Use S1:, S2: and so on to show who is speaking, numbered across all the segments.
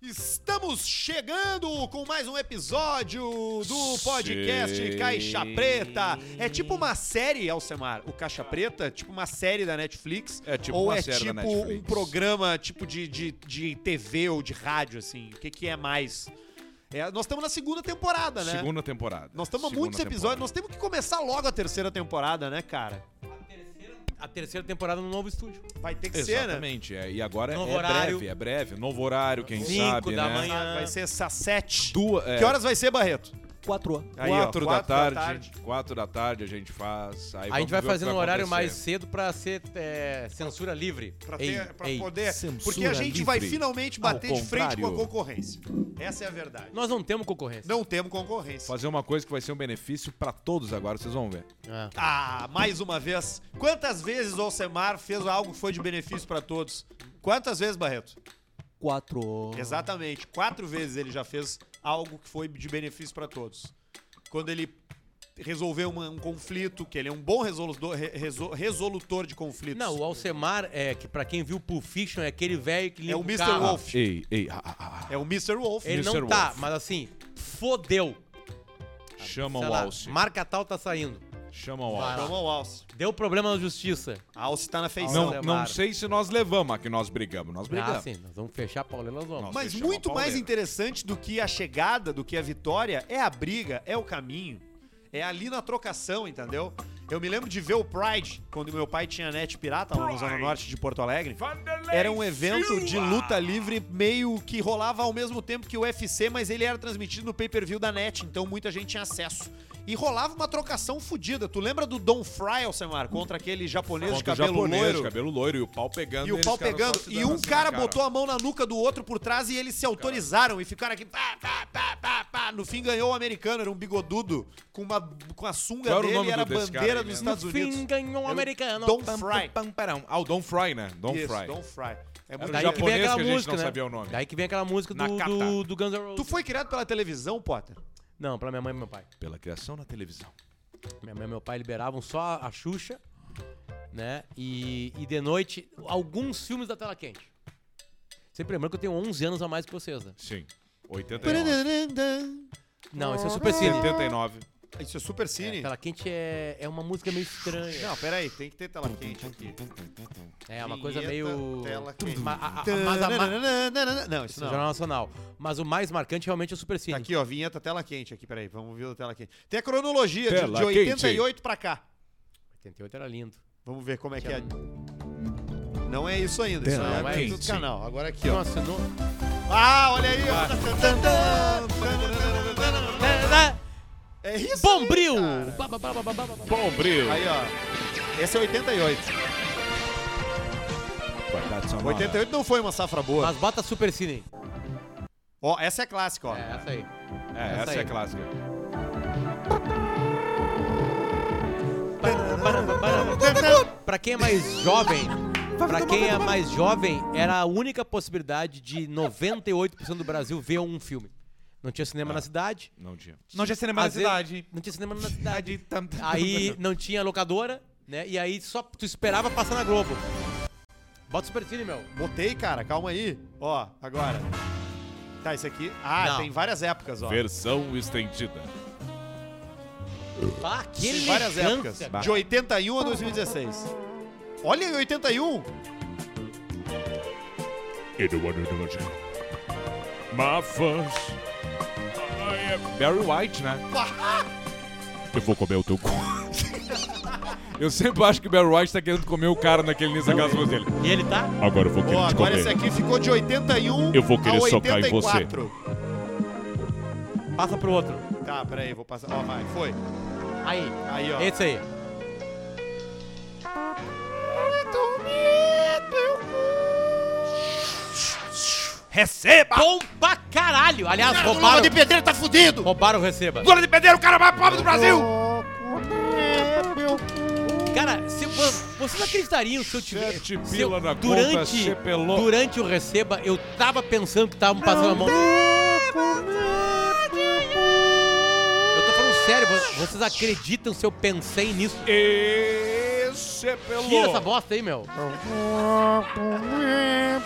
S1: Estamos chegando com mais um episódio do podcast Caixa Preta. É tipo uma série, Alcemar. O Caixa Preta é tipo uma série da Netflix.
S2: É tipo
S1: ou
S2: uma
S1: é
S2: série
S1: tipo
S2: da Netflix.
S1: um programa tipo de, de, de TV ou de rádio, assim. O que, que é mais? É, nós estamos na segunda temporada, né?
S2: Segunda temporada.
S1: Nós estamos a
S2: Segunda
S1: muitos episódios.
S2: temporada.
S1: Nós temos que começar logo a terceira temporada, né, cara?
S3: A terceira temporada no novo estúdio.
S1: Vai ter que ser, né?
S2: Exatamente, é. E agora
S3: Novo
S2: é
S3: horário.
S2: breve, é breve. Novo horário, quem
S3: Cinco
S2: sabe,
S3: da
S2: né?
S3: manhã.
S1: Vai ser essa sete.
S2: Duas, é,
S1: Que horas vai ser, Barreto?
S3: Quatro anos.
S1: Aí, ó,
S2: quatro, da,
S1: quatro
S2: tarde, Quatro da tarde a gente faz. Aí
S3: a gente vai
S2: fazer
S3: fazer um horário mais cedo pra ser é, censura livre.
S1: Pra,
S3: Ei,
S1: ter, pra
S3: ei.
S1: poder.
S2: censura
S1: Porque a gente vai
S2: livre.
S1: finalmente
S2: Ao
S1: bater de frente com a
S2: contrário.
S1: concorrência. Essa é a verdade.
S3: Nós não temos concorrência.
S1: Não temos concorrência.
S2: Fazer uma coisa que vai ser um benefício pra todos agora, vocês vão ver.
S3: Ah.
S1: Ah, mais uma vez. Quantas vezes o Alcemar fez algo que foi de benefício pra todos? Quantas vezes, Barreto?
S3: Hum.
S4: Quatro.
S1: Exatamente. Quatro vezes ele já fez algo que foi de benefício pra todos. Quando ele resolveu uma- um conflito, que ele é um bom resolutor, re- resol- resolutor de conflitos.
S3: Não, o Alcemar, é, que pra quem viu Pulp Fiction, é aquele velho que limpa
S1: é o Mr.
S3: carro.
S1: Wolf.
S2: Ei, ei, ah, ah,
S1: É o Mr. Wolf.
S3: Ele
S2: Mr.
S3: não tá,
S2: Wolf.
S3: mas assim, fodeu.
S2: ah. Chama
S3: Sei
S2: o
S3: lá,
S2: Alce.
S3: marca tal tá saindo.
S2: Chama o
S3: Vai
S2: Alce.
S3: lá.
S1: Chama o Alce.
S3: Deu problema na justiça.
S1: Alce tá na feição.
S2: Não, não sei se nós levamos a que nós brigamos. Nós brigamos.
S3: Ah, sim, nós vamos fechar a pauleira, nós vamos.
S2: Nossa.
S1: Mas
S2: fechar uma
S1: muito mais
S2: pauleira.
S1: interessante do que a chegada, do que a vitória, é a briga, é o caminho. É ali na trocação, entendeu? Eu me lembro de ver o Pride, quando meu pai tinha net pirata lá na Zona Norte de Porto Alegre. Era um evento de luta livre meio que rolava ao mesmo tempo que o UFC, mas ele era transmitido no pay-per-view da net, então muita gente tinha acesso. E rolava uma trocação fodida. Tu lembra do Don Fry, Alcemar, contra aquele japonês de
S2: Contra o
S1: cabelo
S2: japonês,
S1: loiro?
S2: cabelo loiro, e o pau pegando.
S1: E o
S2: eles
S1: pau
S2: ficaram só
S1: pegando.
S2: se
S1: E
S2: dando
S1: um
S2: assim na
S1: cara
S2: cara.
S1: botou a mão na nuca do outro por trás e eles se autorizaram e ficaram aqui. Pá, pá, pá, pá, pá. No fim ganhou o americano, era um bigodudo com, uma, com a sunga
S2: Qual era o
S1: dele
S2: nome
S1: e era a
S2: do- desse
S1: bandeira
S2: cara aí
S1: dos
S2: mesmo?
S1: Estados Unidos. É
S3: ganhou um americano.
S1: Don
S2: Pam,
S1: Fry.
S2: pam, pam, param. Ah, o Don Fry, né? Don
S1: Isso,
S2: Fry.
S1: Don Fry. É muito
S2: o
S3: Daí
S1: legal.
S3: que
S2: japonês
S3: vem aquela
S2: que a gente
S3: música,
S2: não
S3: né?
S2: sabia o nome.
S3: Daí que vem aquela música do,
S2: Nakata.
S3: do, do Guns N' Roses.
S1: Tu foi criado pela televisão, Potter?
S3: Não, pra minha mãe e meu pai.
S2: Pela criação na televisão.
S3: Minha mãe e meu pai liberavam só a Xuxa, né? E, e de noite, alguns filmes da tela quente. Sempre lembrando que eu tenho 11 anos a mais que vocês, né?
S2: Sim. 89.
S3: Não, esse é o Super Cine.
S2: 79.
S1: Isso é super
S3: É,
S1: cine.
S3: tela quente é, é uma música meio estranha.
S1: Não, peraí, tem que ter tela quente aqui.
S3: é uma coisa
S1: Vinheta,
S3: meio.
S1: tela quente.
S3: Ma- a- a- mas a ma-
S1: Não, isso
S3: Esse é o
S1: não.
S3: Jornal Nacional. Mas o mais marcante realmente é o Super Cine.
S1: Tá aqui, ó, vinheta tela quente aqui, peraí, vamos ver a tela quente. Tem a cronologia de-
S2: Tela
S1: de,
S2: quente.
S1: 88 pra cá.
S3: 88 era lindo.
S1: Vamos ver como é que é. Não é isso ainda, isso
S2: Tela
S1: aí é
S2: quente.
S1: do canal. Agora aqui, ó.
S3: Nossa, não.
S1: Ah, olha aí. ó. É isso. aí,
S3: Bombril!
S1: cara.
S3: Ba, ba, ba, ba, ba, ba, ba.
S2: Bom brilho.
S1: Aí, ó. Esse é 88. 88 não foi uma safra boa.
S3: Mas bota Super Cine.
S1: Ó, essa é clássica, ó.
S3: É, essa aí.
S2: É, essa
S3: aí.
S2: é a clássica.
S3: Pra quem é mais jovem, para quem é mais jovem, era a única possibilidade de 98% do Brasil ver um filme. Não tinha cinema na cidade.
S2: Não tinha.
S5: Não tinha cinema na
S3: às vezes-
S5: cidade.
S3: Não tinha cinema na cidade.
S5: Tam- tam-
S3: Aí não tinha locadora, né? E aí só tu esperava passar na Globo. Bota o Supercine, meu.
S1: Botei, cara, calma aí. Ó, agora. Tá, isso aqui. Ah,
S3: Não.
S1: tem várias épocas, ó.
S2: Versão estendida.
S3: Ah, aquele
S1: Tem várias épocas.
S3: elegância.
S1: De 81 a 2016. Olha aí, 81.
S2: é Mafas. é Barry White, né? Eu vou comer o teu cu. Eu sempre acho que o Barry White tá querendo comer o cara naquele Nisa Gaspas dele.
S3: E ele tá?
S2: Agora eu vou
S1: Ó, agora esse aqui ficou de 81
S2: Eu vou querer
S1: a
S2: socar em
S1: 84.
S2: você.
S3: Passa pro outro.
S1: Tá, peraí, vou passar. Ó, vai, foi.
S3: Aí.
S1: Aí, ó.
S3: Esse aí.
S5: Receba!
S3: Bom pra caralho! Aliás,
S2: é
S1: Cara, o Lula
S3: roubaram,
S1: de pedreiro tá fudido!
S3: roubaram o Receba.
S5: Dona de Pedreiro, o cara mais pobre do Brasil!
S3: Cara, se, vo- vocês acreditariam se eu
S2: Sete
S3: tivesse. se
S2: pila na conta,
S3: durante,
S2: cê pelou.
S3: durante o receba, eu tava pensando que estavam passando a mão. Eu tô falando sério, vo- vocês acreditam se eu pensei nisso?
S2: Esse é pelo.
S3: Tira essa bosta aí, meu.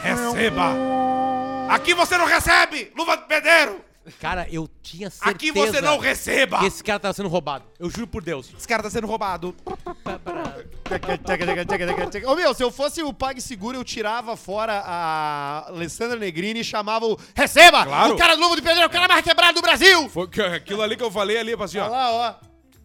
S5: Receba! Aqui você não recebe, luva de pedreiro!
S3: Cara, eu tinha certeza
S5: Aqui você não receba!
S3: que esse cara tava sendo roubado. Eu juro por Deus.
S5: Esse cara tá sendo roubado.
S1: Ô meu, se eu fosse o PagSeguro, eu tirava fora a Alessandra Negrini e chamava o Receba!
S2: Claro.
S1: O cara do Luvo de Pedreiro, o cara mais quebrado do Brasil!
S2: Foi que- aquilo ali que eu falei ali, assim,
S1: Olha
S2: ó.
S1: lá, ó.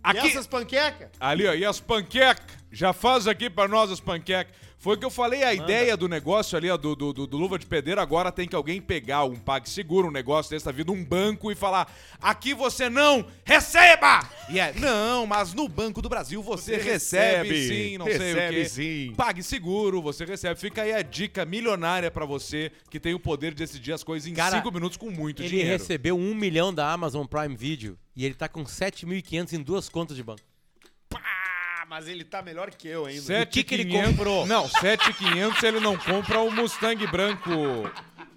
S2: Aqui-
S1: E essas panquecas?
S2: Ali, ó. E as panquecas? Já faz aqui pra nós as panquecas. Foi que eu falei a ideia do negócio ali, ó, do, do, do- do Luva de Pedreiro. Agora tem que alguém pegar um PagSeguro, um negócio desse, tá vindo um banco e falar: aqui você não receba! E é, não, mas no Banco do Brasil você,
S1: Você
S2: recebe,
S1: recebe,
S2: sim, não
S1: recebe,
S2: sei o
S1: sim.
S2: quê. PagSeguro, você recebe. Fica aí a dica milionária pra você que tem o poder de decidir as coisas em
S3: Cara,
S2: cinco minutos com muito
S3: Ele
S2: dinheiro.
S3: recebeu um milhão da Amazon Prime Video e ele tá com 7.500 em duas contas de banco.
S1: Pá, mas ele tá melhor que eu ainda.
S2: Sete
S3: que que ele
S2: 500
S3: comprou?
S2: Não, 7,500 ele não compra o Mustang branco.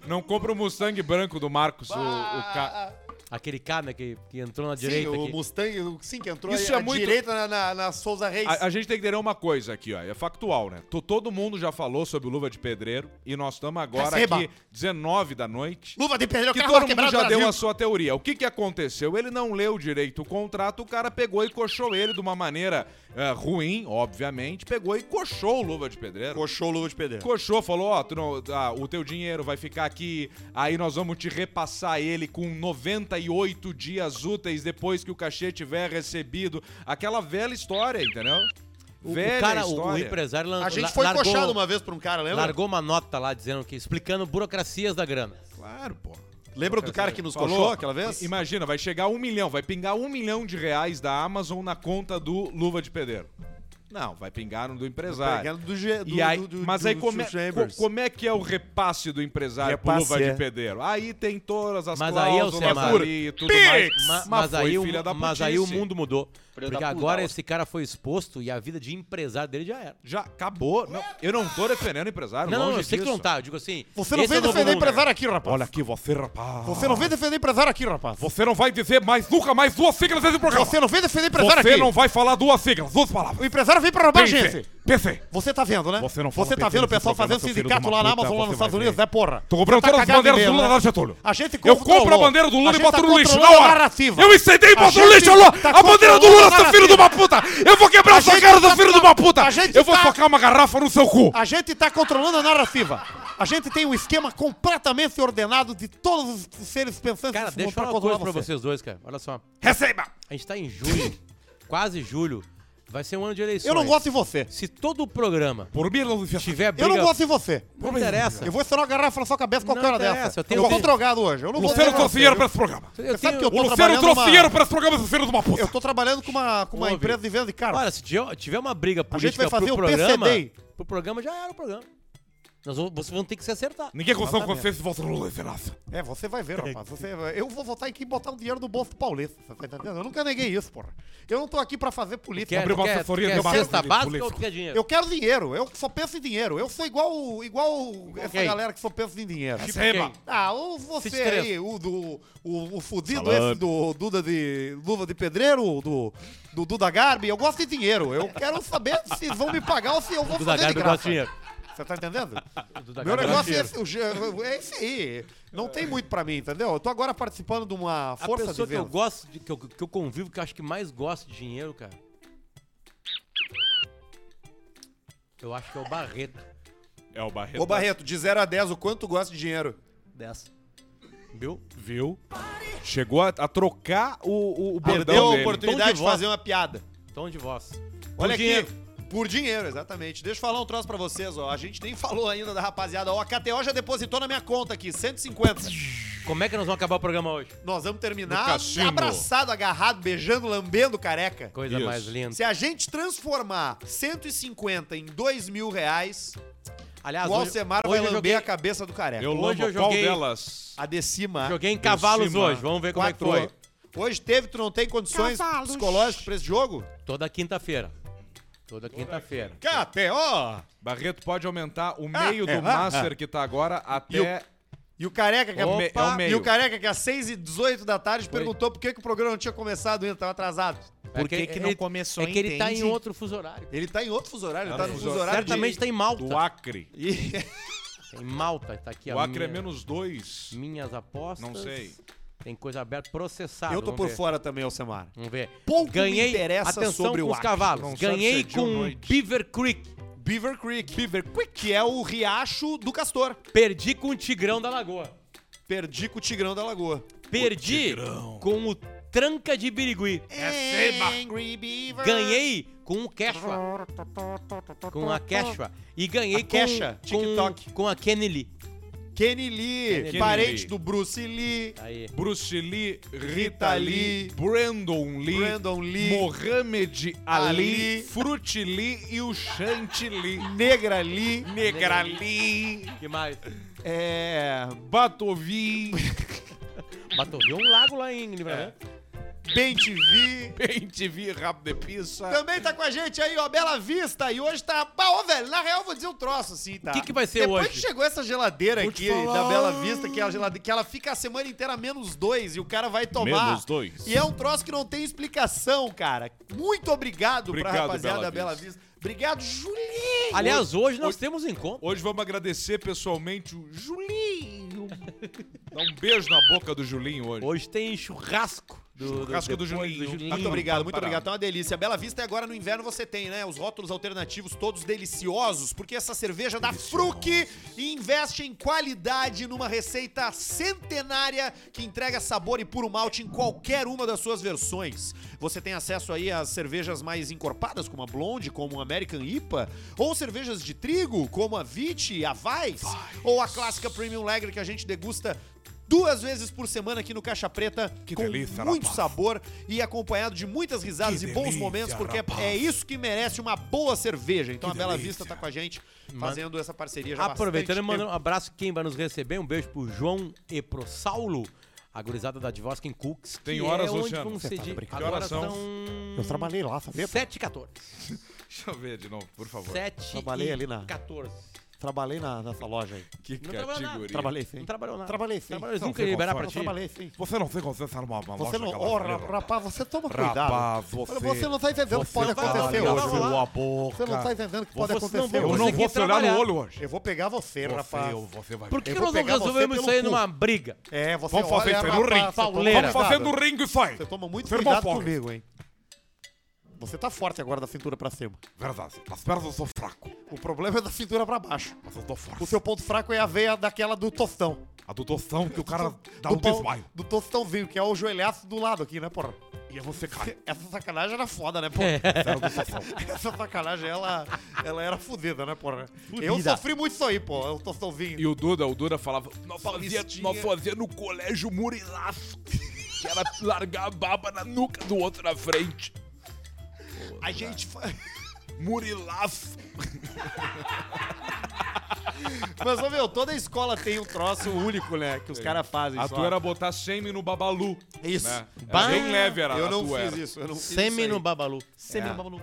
S2: Não compra o Mustang branco do Marcos, o, o ca-
S1: Ah,
S3: Aquele cara né, que, que entrou na
S1: sim,
S3: direita
S1: o
S3: aqui.
S1: Mustang, o- sim, que entrou
S2: Isso
S1: à
S2: é muito-
S1: direita na, na, na Souza Reis.
S2: A, a gente tem que entender uma coisa aqui, ó. É factual, né? To- todo mundo já falou sobre o Luva de Pedreiro e nós estamos agora
S1: Receba.
S2: aqui, 19 da noite.
S1: Luva de Pedreiro, o
S2: Que
S1: cara
S2: todo
S1: mais
S2: mundo
S1: quebrado do
S2: já
S1: Brasil!
S2: deu a sua teoria. O que, que aconteceu? Ele não leu direito o contrato, o cara pegou e coxou ele de uma maneira eh, ruim, obviamente. Pegou e coxou o Luva de Pedreiro.
S1: Coxou o Luva de Pedreiro.
S2: Coxou, falou, ó, tu não- ah, o teu dinheiro vai ficar aqui, aí nós vamos te repassar ele com 98 dias úteis depois que o cachê tiver recebido. Aquela velha história, entendeu?
S3: O,
S2: velha
S3: o cara, o- o,
S2: história.
S3: empresário lan-
S1: A gente
S3: la-
S1: foi
S3: largou,
S1: coxado uma vez por um cara, lembra?
S3: largou uma nota lá dizendo que explicando burocracias da grana.
S2: Claro, pô.
S1: Lembra do cara que nos
S2: Falou,
S1: coxou aquela vez?
S2: i- Imagina, vai chegar um milhão, vai pingar um milhão de reais da Amazon na conta do Luva de Pedreiro. Não, vai pingar no do empresário.
S1: Pegando do, G- do,
S2: E aí,
S1: do- do-
S2: mas
S1: do
S2: aí como é,
S1: Steve Chambers.
S2: co- como é que é o repasse do empresário pro
S1: Repasse,
S2: Luva de
S1: é.
S2: Pedreiro? Aí tem todas as
S3: Mas aí, é
S2: cláusulas
S3: Alcemar,
S2: ali e tudo mais.
S3: Ma-
S2: Mas,
S3: mas,
S2: foi
S3: aí,
S2: filha da
S3: o, mas aí o
S2: putice.
S3: mundo mudou.
S4: Filha da
S3: Porque
S4: puta,
S3: agora
S4: ó.
S3: esse cara foi exposto e a vida de empresário dele já era.
S2: Já acabou. Não, eu não tô defendendo o empresário,
S3: Não, não,
S2: longe
S3: eu sei que tu não
S2: disso.
S3: tá. Eu digo assim.
S1: Você não
S3: esse
S1: vem
S3: é o novo
S1: defender
S3: mundo.
S1: empresário aqui, rapaz.
S2: né? Olha aqui, você, rapaz.
S1: Você não vem defender empresário aqui, rapaz.
S2: Você não vai dizer mais nunca mais duas siglas desse programa.
S1: Você não vem defender empresário
S2: Você
S1: aqui.
S2: não vai falar duas siglas, duas palavras.
S1: O empresário vem pra roubar a
S2: PC,
S1: gente.
S2: PC.
S1: Você tá vendo, né?
S2: Você não fala
S1: tá
S2: PT
S1: vendo o
S2: nesse
S1: pessoal
S2: programa,
S1: fazendo
S2: seu filho
S1: sindicato
S2: de uma
S1: lá na
S2: puta,
S1: Amazon, lá
S2: você
S1: nos
S2: vai
S1: Estados Unidos,
S2: ver.
S1: né, porra?
S2: Tô comprando
S1: Tá
S2: todas as
S1: cagado
S2: bandeiras
S1: mesmo,
S2: do Lula
S1: né?
S2: da Getúlio.
S1: A gente
S2: Eu
S1: controlou.
S2: compro a bandeira do Lula e
S1: gente
S2: boto
S1: tá
S2: no lixo na
S1: controlando a
S2: hora.
S1: narrativa.
S2: Eu incendei e
S1: A
S2: boto no
S1: gente
S2: lixo, alô.
S1: tá
S2: a bandeira do Lula,
S1: controlando a
S2: seu filho de uma puta. Eu vou quebrar
S1: A
S2: a sua
S1: gente
S2: cara,
S1: tá
S2: seu filho de uma puta.
S1: a gente
S2: Eu vou
S1: tá-
S2: focar uma garrafa no seu cu.
S1: A gente tá controlando a narrativa. A gente tem um esquema completamente ordenado de todos os seres pensantes
S3: Cara,
S1: que se
S3: deixa eu
S1: montaram
S3: falar uma coisa pra
S1: você.
S3: vocês dois, cara. Olha só.
S2: é
S5: Receba!
S3: A gente tá em julho, quase julho. Vai ser um ano de eleições.
S1: Eu não gosto de você.
S3: Se todo o programa
S2: Por mim, não assim. devia-
S3: tiver briga...
S1: Eu não gosto de você.
S3: Não interessa.
S1: Eu vou estourar uma garrafa na sua cabeça qualquer
S3: Não
S1: hora
S3: interessa,
S1: dessa.
S3: eu tenho-
S1: tô drogado hoje. Eu não vou
S2: Luciano
S1: dizer pra
S2: trouxe
S1: você,
S2: dinheiro
S1: viu?
S2: pra esse programa.
S1: sabe
S3: Eu
S1: que eu
S3: tenho-
S1: tô
S2: O
S1: trabalhando
S2: Luciano trouxe
S1: numa-
S2: dinheiro pra esse programa, seu filho de uma
S1: Eu
S2: puta.
S1: tô trabalhando com uma, com uma
S3: Ouve.
S1: empresa de venda de carro.
S3: Olha, se tiver, tiver uma briga política
S1: gente vai fazer um
S3: pro
S1: o
S3: programa...
S1: PCD.
S3: Pro programa já era o programa. Nós vamos, vocês vão ter que se acertar.
S2: Ninguém consegue com vocês se você Lula encerrasse.
S1: É, você vai ver, rapaz. Você vai- Eu vou votar em quem botar um dinheiro no bolso do Paulista. Você tá entendendo? Eu nunca neguei isso, porra. Eu não tô aqui pra fazer política.
S2: Abriu uma assessoria
S3: quer
S2: de uma
S3: cesta
S2: rede
S3: básica
S2: política.
S3: ou tu quer dinheiro?
S1: Eu quero dinheiro. Eu só penso em dinheiro. Eu sou igual, o- igual o- essa
S3: quem?
S1: galera que só pensa em dinheiro.
S3: Tipo
S2: Receba.
S3: quem?
S1: Ah, o você
S3: City
S1: aí, o do. O, o fudido esse do Duda de. Luva de pedreiro, do. Do Duda Garbi, eu gosto de dinheiro. Eu quero saber se vão me pagar ou se eu vou
S3: Duda
S1: fazer
S3: Garbi
S1: de
S3: gosta
S1: graça.
S3: de dinheiro.
S1: Você tá entendendo?
S3: Duda
S1: Meu
S3: Garbi
S1: negócio é
S3: gosta
S1: esse,
S3: de
S1: o gê- é esse aí. Não tem muito pra mim, entendeu? Eu tô agora participando de uma
S3: A
S1: força de
S3: pessoa que eu
S1: venda.
S3: gosto, de- que, eu, que eu convivo, que eu acho que mais gosta de dinheiro, cara. Eu acho que é o Barreto.
S2: É o Barreto.
S1: Ô Barreto, de 0 a 10, o quanto gosta de dinheiro?
S3: Dessa. Viu?
S2: Viu? Chegou a, a trocar o, o, o bordão
S1: Perdeu a
S2: dele.
S1: oportunidade
S3: Tom de
S1: de
S3: voz.
S1: fazer uma piada.
S3: Tom de voz.
S1: Olha aqui.
S3: dinheiro.
S1: Por dinheiro, exatamente. Deixa eu falar um troço pra vocês, ó. A gente nem falou ainda da rapaziada. Ó, a KTO já depositou na minha conta aqui, 150.
S3: Como é que nós vamos acabar o programa hoje?
S1: Nós vamos
S2: No
S1: terminar
S2: cassino.
S1: abraçado, agarrado, beijando, lambendo careca.
S3: Coisa
S2: Isso.
S3: mais linda.
S1: Se a gente transformar 150 em 2 mil reais,
S3: Aliás,
S1: o Alcemar vai
S3: hoje
S1: lamber
S3: eu joguei,
S1: a cabeça do careca.
S2: Eu
S3: Hoje
S2: hoje
S3: eu
S2: qual
S3: joguei-
S2: delas?
S1: A de cima.
S3: joguei em
S2: Por
S3: cavalos
S2: cima.
S3: hoje. Vamos ver como é que
S1: quatro.
S3: foi.
S1: Hoje teve, tu não tem condições psicológicas pra esse jogo?
S3: Toda quinta-feira. Toda quinta-feira.
S1: KTO!
S2: Barreto pode aumentar o meio
S1: Ah, é,
S2: do
S1: ah,
S2: Master que tá agora
S1: E o-
S2: até.
S1: E o careca que
S2: É o me- é o meio.
S1: E o careca que às 6 e 18 da tarde perguntou por que, que o programa não tinha começado ainda, tava atrasado.
S3: Por É que, não começou, É que ele tá em outro fuso horário.
S1: Ele tá em outro fuso horário, ele tá no
S2: fuso
S1: fuso horário
S3: Certamente
S1: de...
S3: tá em Malta.
S2: Do Acre.
S1: E-
S3: Tem Malta, tá aqui
S2: o
S3: a
S2: Acre é
S3: minha-
S2: menos dois.
S3: minhas apostas.
S2: Não sei.
S3: Tem coisa aberta processada.
S1: Eu tô
S3: Tá, vamos
S1: por
S3: ver.
S1: fora também, Alcemar.
S3: Vamos ver.
S1: Pouco me
S3: Ganhei,
S1: interessa
S3: atenção
S1: sobre o
S3: com os
S1: Acre.
S3: cavalos.
S2: Não sabe se é
S3: Ganhei
S2: dia ou
S3: com
S2: noite.
S3: Beaver Creek.
S1: Beaver Creek. Beaver Creek. Que é o riacho do Castor.
S3: Perdi com o Tigrão da Lagoa.
S1: Perdi com o Tigrão da Lagoa.
S3: Perdi com o Tranca de Birigui.
S5: Receba.
S1: Angry Beaver.
S3: Ganhei com o Quechua. Com a Quechua. E ganhei
S1: A
S3: com,
S1: Quechua, TikTok.
S3: com, com a Kenny Lee.
S1: Kenny Lee.
S2: Kenny
S1: parente
S2: Lee.
S1: do Bruce Lee.
S3: Aí.
S2: Bruce Lee, Rita
S1: Rita
S2: Lee,
S1: Lee,
S2: Brandon Lee,
S1: Brandon Lee,
S2: Mohamed Ali,
S1: Ali,
S2: Fruit Lee e o Shanti Lee.
S1: Negra Lee.
S2: Negra Lee,
S3: que mais?
S1: É.
S2: Batovi,
S3: Batovi é um lago lá em Livramento.
S1: Ben TV.
S2: PNTV, Rabo de Pizza.
S1: Também tá com a gente aí, ó, Bela Vista. E hoje tá. Bah, ô, velho, na real, eu vou dizer um troço assim, tá?
S3: O que que vai ser
S1: Depois
S3: hoje?
S1: que chegou essa geladeira
S2: Vou te
S1: aqui
S2: falar.
S1: da Bela Vista, que, é a gelade... que ela fica a semana inteira menos dois e o cara vai tomar.
S2: Menos dois.
S1: E é um troço que não tem explicação, cara. Muito obrigado,
S2: Obrigado,
S1: pra rapaziada
S2: Bela
S1: da Bela
S2: Vista.
S1: Vista. Obrigado, Julinho.
S3: Aliás, hoje nós temos um encontro.
S2: Hoje vamos agradecer pessoalmente o Julinho. Dá um beijo na boca do Julinho hoje.
S3: Hoje tem churrasco. Do,
S2: Churrasco do
S3: depois
S2: Julinho.
S1: Muito obrigado, muito
S2: Parado.
S1: obrigado. Tá uma delícia. Bela Vista e agora no inverno você tem, né? Os rótulos alternativos todos deliciosos, porque essa cerveja da Fruc investe em qualidade numa receita centenária que entrega sabor e puro malte em qualquer uma das suas versões. Você tem acesso aí às cervejas mais encorpadas, como a Blonde, como a American IPA, ou cervejas de trigo, como a Vite, a Vice, ou a clássica Premium Lager que a gente degusta duas vezes por semana aqui no Caixa Preta,
S2: Que
S1: com
S2: delícia,
S1: muito
S2: rapaz.
S1: sabor sabor e acompanhado de muitas risadas
S2: Que
S1: e bons
S2: delícia,
S1: momentos, porque é-
S2: rapaz.
S1: é isso que merece uma boa cerveja. Então a
S2: Que
S1: Bela
S2: delícia.
S1: Vista tá com a gente fazendo essa parceria já há
S3: Aproveitando e
S1: bastante
S3: mandando um abraço quem vai nos receber. Um beijo pro João e pro Saulo. A gurizada da Divorskin Cooks.
S2: Tem
S3: que
S2: horas,
S3: é onde
S2: Luciano?
S3: vamos
S2: Você
S3: ser
S2: tá
S3: de-
S2: brincando. Que
S3: Agora
S2: horas são?
S3: são...
S4: Eu
S3: Hum.
S4: trabalhei lá, sabia?
S3: 7 e 14.
S2: Deixa eu ver de novo, por favor.
S3: 7
S4: Trabalhei
S3: e
S4: ali na-
S3: 14.
S4: Trabalhei na, nessa loja aí.
S2: Que
S3: Não trabalha nada.
S2: categoria.
S4: Trabalhei sim.
S3: Não trabalhou nada.
S4: Trabalhei sim.
S3: Trabalhou, eles
S2: Não,
S3: nunca
S2: foi
S3: liberar
S2: bom,
S3: pra
S4: Eu
S3: ti.
S4: trabalhei sim.
S2: Você não tem confiança numa uma
S4: Você
S2: loja
S4: não.
S2: que
S4: Ô,
S2: ela
S4: ra-
S2: valeu.
S4: rapaz, você toma cuidado.
S2: Rapaz, você...
S4: Olha, Você não tá entendendo o que
S2: você assim,
S4: pode
S3: vai
S4: acontecer
S3: trabalhar,
S4: hoje.
S3: vai
S4: meu.
S3: lá.
S2: boca.
S4: Você não tá entendendo o que pode
S3: Você não
S4: acontecer
S3: vai
S2: Eu
S4: hoje.
S2: não
S3: Você
S2: vou
S3: que
S2: te olhar no
S3: trabalhar.
S2: olho hoje.
S4: Eu vou pegar você, rapaz.
S2: eu- você vai
S3: Por que
S4: Eu
S3: que
S4: vou
S3: nós não
S4: pegar você
S3: resolvemos isso aí
S4: pelo
S3: numa briga?
S4: É, você
S2: Vamos fazer
S4: olha,
S2: isso aí no
S4: rapaz,
S2: ringue.
S4: você toma
S3: Pauleira.
S2: Vamos fazer
S4: cuidado.
S2: no ringue e sai.
S4: Você toma muito
S2: Firmou
S4: cuidado
S2: fogo.
S4: comigo, hein? Você tá forte agora da cintura pra cima.
S2: Verdade. As pernas eu sou fraco.
S4: O problema é da cintura pra baixo.
S2: Mas eu tô forte.
S4: O seu ponto fraco é a veia daquela do tostão.
S2: A do doção que o cara dá
S4: do,
S2: um
S4: pau-
S2: desmaio.
S4: do tostãozinho, que é o joelhaço do lado aqui, né, porra?
S2: E aí você cai.
S4: Essa sacanagem era foda, né, porra?
S2: Essa era do doção.
S4: Essa sacanagem, ela, ela era fudida, né, porra? Eu sofri muito isso aí,
S1: É
S4: pô. Eu tô sozinho.
S2: E o Duda, o Duda falava, nós fazia,
S4: Paulistinha.
S2: nós fazia no colégio murilaço. Que era largar a baba na nuca do outro na frente.
S1: A gente fa-
S2: Murilaço.
S1: Mas, ô, meu, toda escola tem um troço único, né? Que os caras fazem.
S2: A
S1: só.
S2: tua era botar sêmen no babalu.
S1: Isso.
S2: Né? Era
S3: Bah.
S2: bem leve era
S1: Eu
S2: a
S1: não
S2: tua
S1: fiz
S2: era.
S1: isso. Eu não fiz
S3: Semi
S1: isso aí.
S3: no Babalu.
S1: Semi
S2: É.
S1: no Babalu.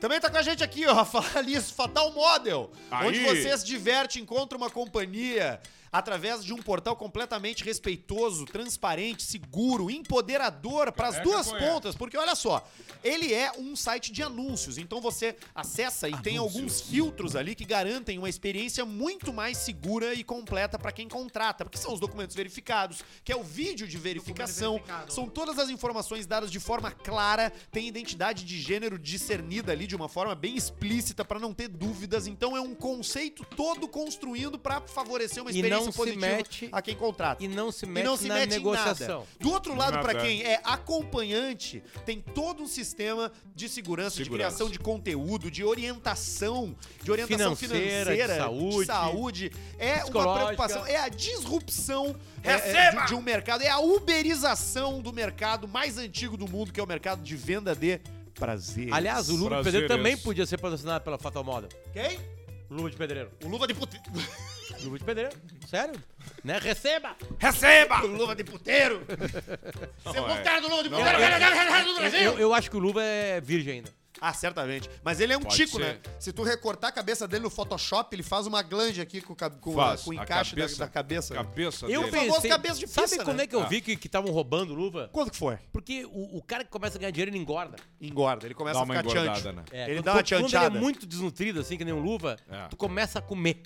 S1: Também tá com a gente aqui, ó, falar isso, Fatal Model,
S2: Aí.
S1: onde você se diverte, encontra uma companhia através de um portal completamente respeitoso, transparente, seguro, empoderador para as
S2: Careca
S1: duas
S2: conhece.
S1: pontas, porque olha só, ele é um site de anúncios, então você acessa e tem alguns filtros ali que garantem uma experiência muito mais segura e completa para quem contrata, porque são os documentos verificados, que é o vídeo de verificação, são todas as informações dadas de forma clara, tem identidade de gênero discernida ali de uma forma bem explícita para não ter dúvidas. Então é um conceito todo construindo para favorecer uma
S3: E
S1: experiência
S3: não se
S1: positiva
S3: mete-
S1: a quem contrata.
S3: E não se
S1: E
S3: mete
S1: não se
S3: na
S1: mete em
S3: negociação.
S1: nada. Do outro lado, pra
S2: Nada.
S1: quem é acompanhante, tem todo um sistema de segurança, de
S2: Segurança.
S1: criação de conteúdo, de orientação, de orientação
S3: Financeira,
S1: financeira,
S3: de saúde.
S1: de saúde. É uma
S3: Psicológica.
S1: preocupação, é a disrupção é, é,
S5: Receba!
S1: de, de um mercado, é a uberização do mercado mais antigo do mundo, que é o mercado de venda de prazer.
S3: Aliás, o Luva de
S2: Prazeres.
S3: Pedreiro também podia ser patrocinado pela Fatal Model.
S1: quem?
S3: Luva de Pedreiro.
S1: O Luva de Puteiro.
S3: Luva de Pedreiro. Sério? Né? Receba!
S5: Receba!
S1: O Luva de Puteiro. Você é o cara do Luva de Puteiro.
S3: Eu, eu acho que o Luva é virgem ainda.
S1: Ah, certamente. Mas ele é um
S2: Pode
S1: tico,
S2: ser.
S1: né? Se tu recortar a cabeça dele no Photoshop, ele faz uma glande aqui com, o cab- com,
S2: Faz.
S1: a- com o
S2: A
S1: encaixe da-
S2: cabeça-
S1: da, cabeça.
S2: Cabeça
S3: Eu
S2: dele.
S1: pensei- famoso cabeça de
S3: Sabe
S1: pizza,
S3: quando
S1: né?
S3: é que eu
S2: Ah.
S3: vi que que estavam roubando luva?
S1: Quando que foi?
S3: Porque o, o cara que começa a ganhar dinheiro, ele engorda.
S1: Engorda. Ele começa
S2: Dá
S1: a
S2: uma
S1: ficar
S2: engordada,
S1: tchancho.
S2: né?
S3: É,
S1: Ele
S3: quando-
S1: dá uma
S3: Quando ele é
S1: tchanchada.
S3: muito desnutrido, assim, que nem um luva,
S2: É.
S3: tu começa a comer.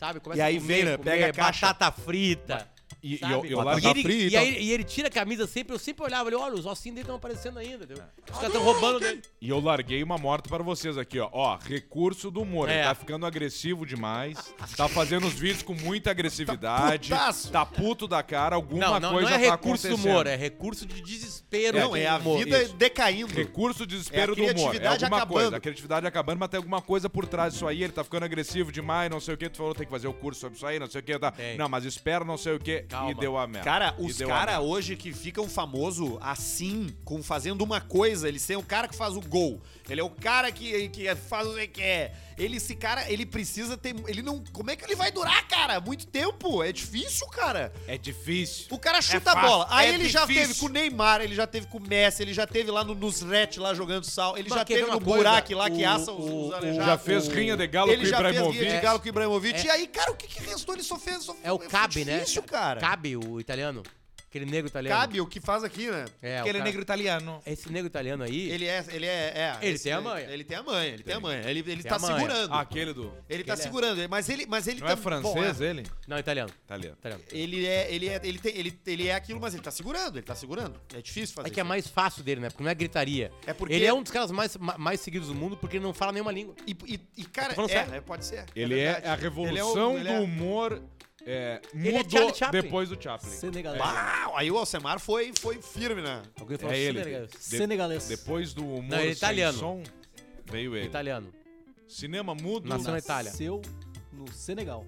S3: sabe? Começa
S1: E aí
S3: a comer,
S1: vem, né?
S3: comer
S1: Pega a caixa.
S3: batata frita.
S2: E, e
S3: sabe?
S2: eu, eu
S3: E
S2: largo a
S3: ele-
S2: frita.
S3: E, aí, e ele tira a camisa sempre, eu sempre olhava, olha, olha, os ossinhos dele estão aparecendo ainda, entendeu?
S1: É.
S3: Os caras estão roubando dele.
S2: E eu larguei uma morta para vocês aqui, ó. Ó, recurso do humor.
S3: É.
S2: Ele tá ficando agressivo demais. Tá fazendo os vídeos com muita agressividade. Tá,
S1: putaço.
S2: puto da cara. Alguma
S3: Não, não, não
S2: coisa
S3: é
S2: tá
S3: recurso do
S2: acontecendo.
S3: humor, é recurso de desespero.
S1: Não,
S3: do
S1: é a
S3: humor.
S1: vida
S3: Isso.
S1: decaindo.
S2: Recurso de
S1: É
S2: desespero
S1: a
S2: do humor. É
S1: criatividade
S2: alguma coisa.
S1: acabando.
S2: A criatividade acabando, mas tem alguma coisa por trás disso aí. Ele tá ficando agressivo demais, não sei o que. Tu falou, tem que fazer o curso sobre isso aí, não sei o que. Tá.
S3: Tem.
S2: Não, mas espera, não sei o que. E
S3: Calma.
S2: deu a merda.
S1: Cara,
S2: é, E
S1: os
S2: deu a merda.
S1: caras hoje que ficam famoso assim, com fazendo uma coisa, ele é o cara que faz o gol, ele é o cara que, que faz o que quer. Ele, esse cara, ele precisa ter. Ele não. Como é que ele vai durar, cara? Muito tempo. É difícil, cara.
S2: É difícil.
S1: O cara chuta a
S5: fácil,
S1: bola. Aí
S5: é
S1: ele já
S5: difícil.
S1: teve com o Neymar, ele já teve com o Messi, ele já teve lá no Nusret, lá jogando sal, ele
S3: Mas
S1: já
S3: quer ver
S1: teve
S3: é uma
S1: no
S3: coisa?
S1: Burak lá que
S3: O-
S1: assa os,
S3: o-
S1: os
S3: o-
S1: aleijados.
S2: Já fez rinha de galo
S1: ele
S2: com o
S1: já fez guia de
S2: Ibrahimovic.
S1: galo com o Ibrahimovic.
S3: É.
S1: E aí, cara, o que, que restou? Ele só fez. Só
S3: É o
S1: foi
S3: Cabe, né?
S1: difícil, cara.
S3: Cabe, o italiano. Aquele negro italiano.
S1: Cabe o que faz aqui, né?
S3: É, o
S5: Aquele
S3: cara-
S5: negro italiano.
S3: Esse negro italiano aí,
S1: Ele é, ele é, é,
S3: Ele
S1: esse-
S3: tem a manha.
S1: Ele tem a manha, ele tem a manha. Ele, ele
S3: Tem
S1: tá
S3: a manha. Ah,
S1: segurando.
S2: Aquele do.
S1: ele tá
S3: Ele é-
S1: segurando, mas ele, mas ele
S2: Não
S1: tá-
S2: é francês
S1: bom, é.
S2: ele?
S3: não, italiano.
S2: Italiano.
S3: italiano.
S1: Ele é, ele é, ele tem, ele, ele é aquilo, mas ele tá segurando, ele tá segurando. É difícil fazer.
S3: É que é
S1: isso.
S3: mais fácil dele, né? Porque não é gritaria.
S1: É porque-
S3: Ele é um dos caras mais, ma- mais seguidos do mundo porque ele não fala nenhuma língua.
S1: E, e- e, cara,
S3: Tá falando sério?
S1: é, é, pode ser.
S2: Ele é,
S1: verdade. Ele
S2: a
S1: é o-
S2: revolução
S1: ele
S2: do
S1: é-
S2: humor. É,
S3: é
S2: mudo
S3: Charlie Chaplin.
S2: depois do Chaplin.
S6: Senegalês.
S1: Uau, aí o Alcemar foi, foi firme, né?
S6: Alguém falou
S2: É
S3: assim,
S2: ele.
S3: né?
S6: senegalês.
S2: De-
S6: Senegalês.
S2: Depois do humor
S3: Não, ele
S2: sem
S3: é italiano.
S2: som, veio ele.
S3: Italiano.
S2: Cinema mudo.
S3: Nasceu na Itália.
S6: Nasceu no Senegal.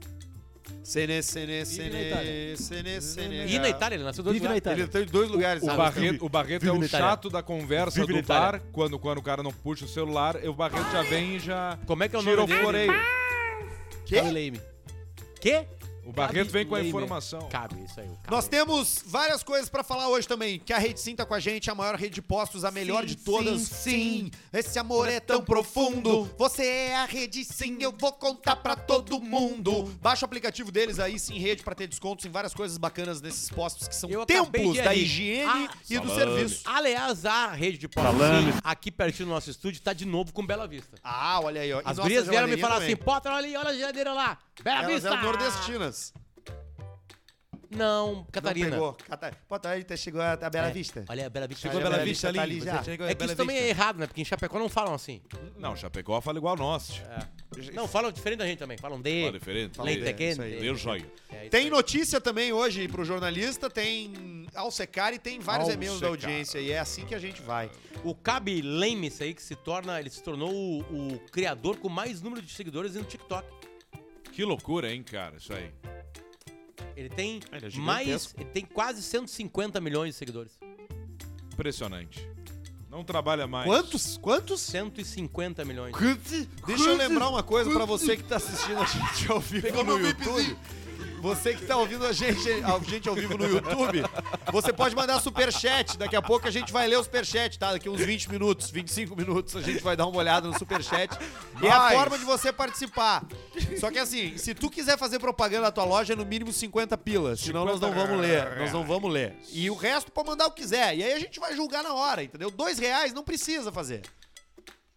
S1: Sene, sene,
S6: Vive na
S1: sene,
S6: Itália.
S1: sene, sene.
S3: E na Itália, ele nasceu dois
S6: Vive na
S3: lugares.
S6: Itália.
S1: Ele tem dois lugares.
S2: O
S1: sabe?
S2: Barreto, o Barreto é
S3: Vive
S2: o
S3: na Itália.
S2: chato da conversa
S3: Vive na
S2: do
S3: Itália.
S2: bar, quando, quando o cara não puxa o celular, e o Barreto já vem e já
S3: Como é que é o
S2: tira o
S3: nome dele?
S2: floreio.
S6: Cabe Leime.
S3: Quê?
S2: O Barreto vem com a
S6: Leimer.
S2: informação.
S3: Cabe, isso aí. o Cabe.
S1: Nós temos várias coisas pra falar hoje também. Que a Rede Sim tá com a gente, a maior rede de postos, a melhor
S5: Sim,
S1: de todas.
S5: sim, sim.
S1: Esse amor é tão profundo. Você é a Rede Sim, eu vou contar pra todo mundo. Baixa o aplicativo deles aí, Sim Rede, pra ter descontos em várias coisas bacanas nesses postos que são
S3: Eu acabei
S1: templos
S3: de ir
S1: da
S3: ali.
S1: higiene
S3: Ah,
S1: e do serviço.
S3: Aliás, a rede de postos Sim, aqui pertinho do nosso estúdio tá de novo com Bela Vista.
S1: Ah, olha aí, ó. E
S3: As
S1: nossa
S3: gurias vieram me
S1: geladeirinha
S3: falar
S1: também.
S3: assim, Potter, olha ali, olha a geladeira lá. Bela
S1: Elas
S3: Vista.
S1: eram nordestinas.
S3: Não, Catarina.
S1: Não pegou. Catarina. Bota aí, até chegou a, a Bela
S3: É,
S1: Vista.
S3: Olha, a Bela Vista.
S1: Chegou a Bela Vista tá ali, você
S5: já.
S1: chegou
S3: É que isso também é errado, né? Porque em Chapecó não falam assim.
S2: Não, Chapecó fala igual nós. tio.
S1: É.
S3: Não, falam diferente da gente também. Falam de...
S2: Fala diferente.
S3: Leite
S2: Leite
S3: quente.
S1: aí.
S2: Meu joia.
S3: É isso
S1: Tem
S3: aí.
S1: notícia também hoje pro jornalista, tem Alcecar e tem vários
S2: Alcecar.
S1: e-mails da audiência. E é assim que a gente vai.
S3: O Cabe Lemes aí, que se torna... Ele se tornou o, o criador com mais número de seguidores no TikTok.
S2: Que loucura, hein, cara, isso aí.
S3: Ele tem
S1: Ele é
S3: mais...
S1: gigantesco.
S3: Ele tem quase 150 milhões de seguidores.
S2: Impressionante. Não trabalha mais.
S1: Quantos? Quantos?
S3: 150 milhões.
S1: Deixa eu lembrar uma coisa pra você que tá assistindo a gente ao vivo no YouTube. Você que tá ouvindo a gente, a gente ao vivo no YouTube, você pode mandar superchat. Daqui a pouco a gente vai ler o superchat, tá? Daqui uns 20 minutos, 25 minutos, a gente vai dar uma olhada no superchat. E é a forma de você participar. Só que assim, se tu quiser fazer propaganda da tua loja, é no mínimo 50 pilas. Senão nós não vamos ler. Nós não vamos ler. E o resto pode mandar o que quiser. E aí a gente vai julgar na hora, entendeu? Dois reais não precisa fazer.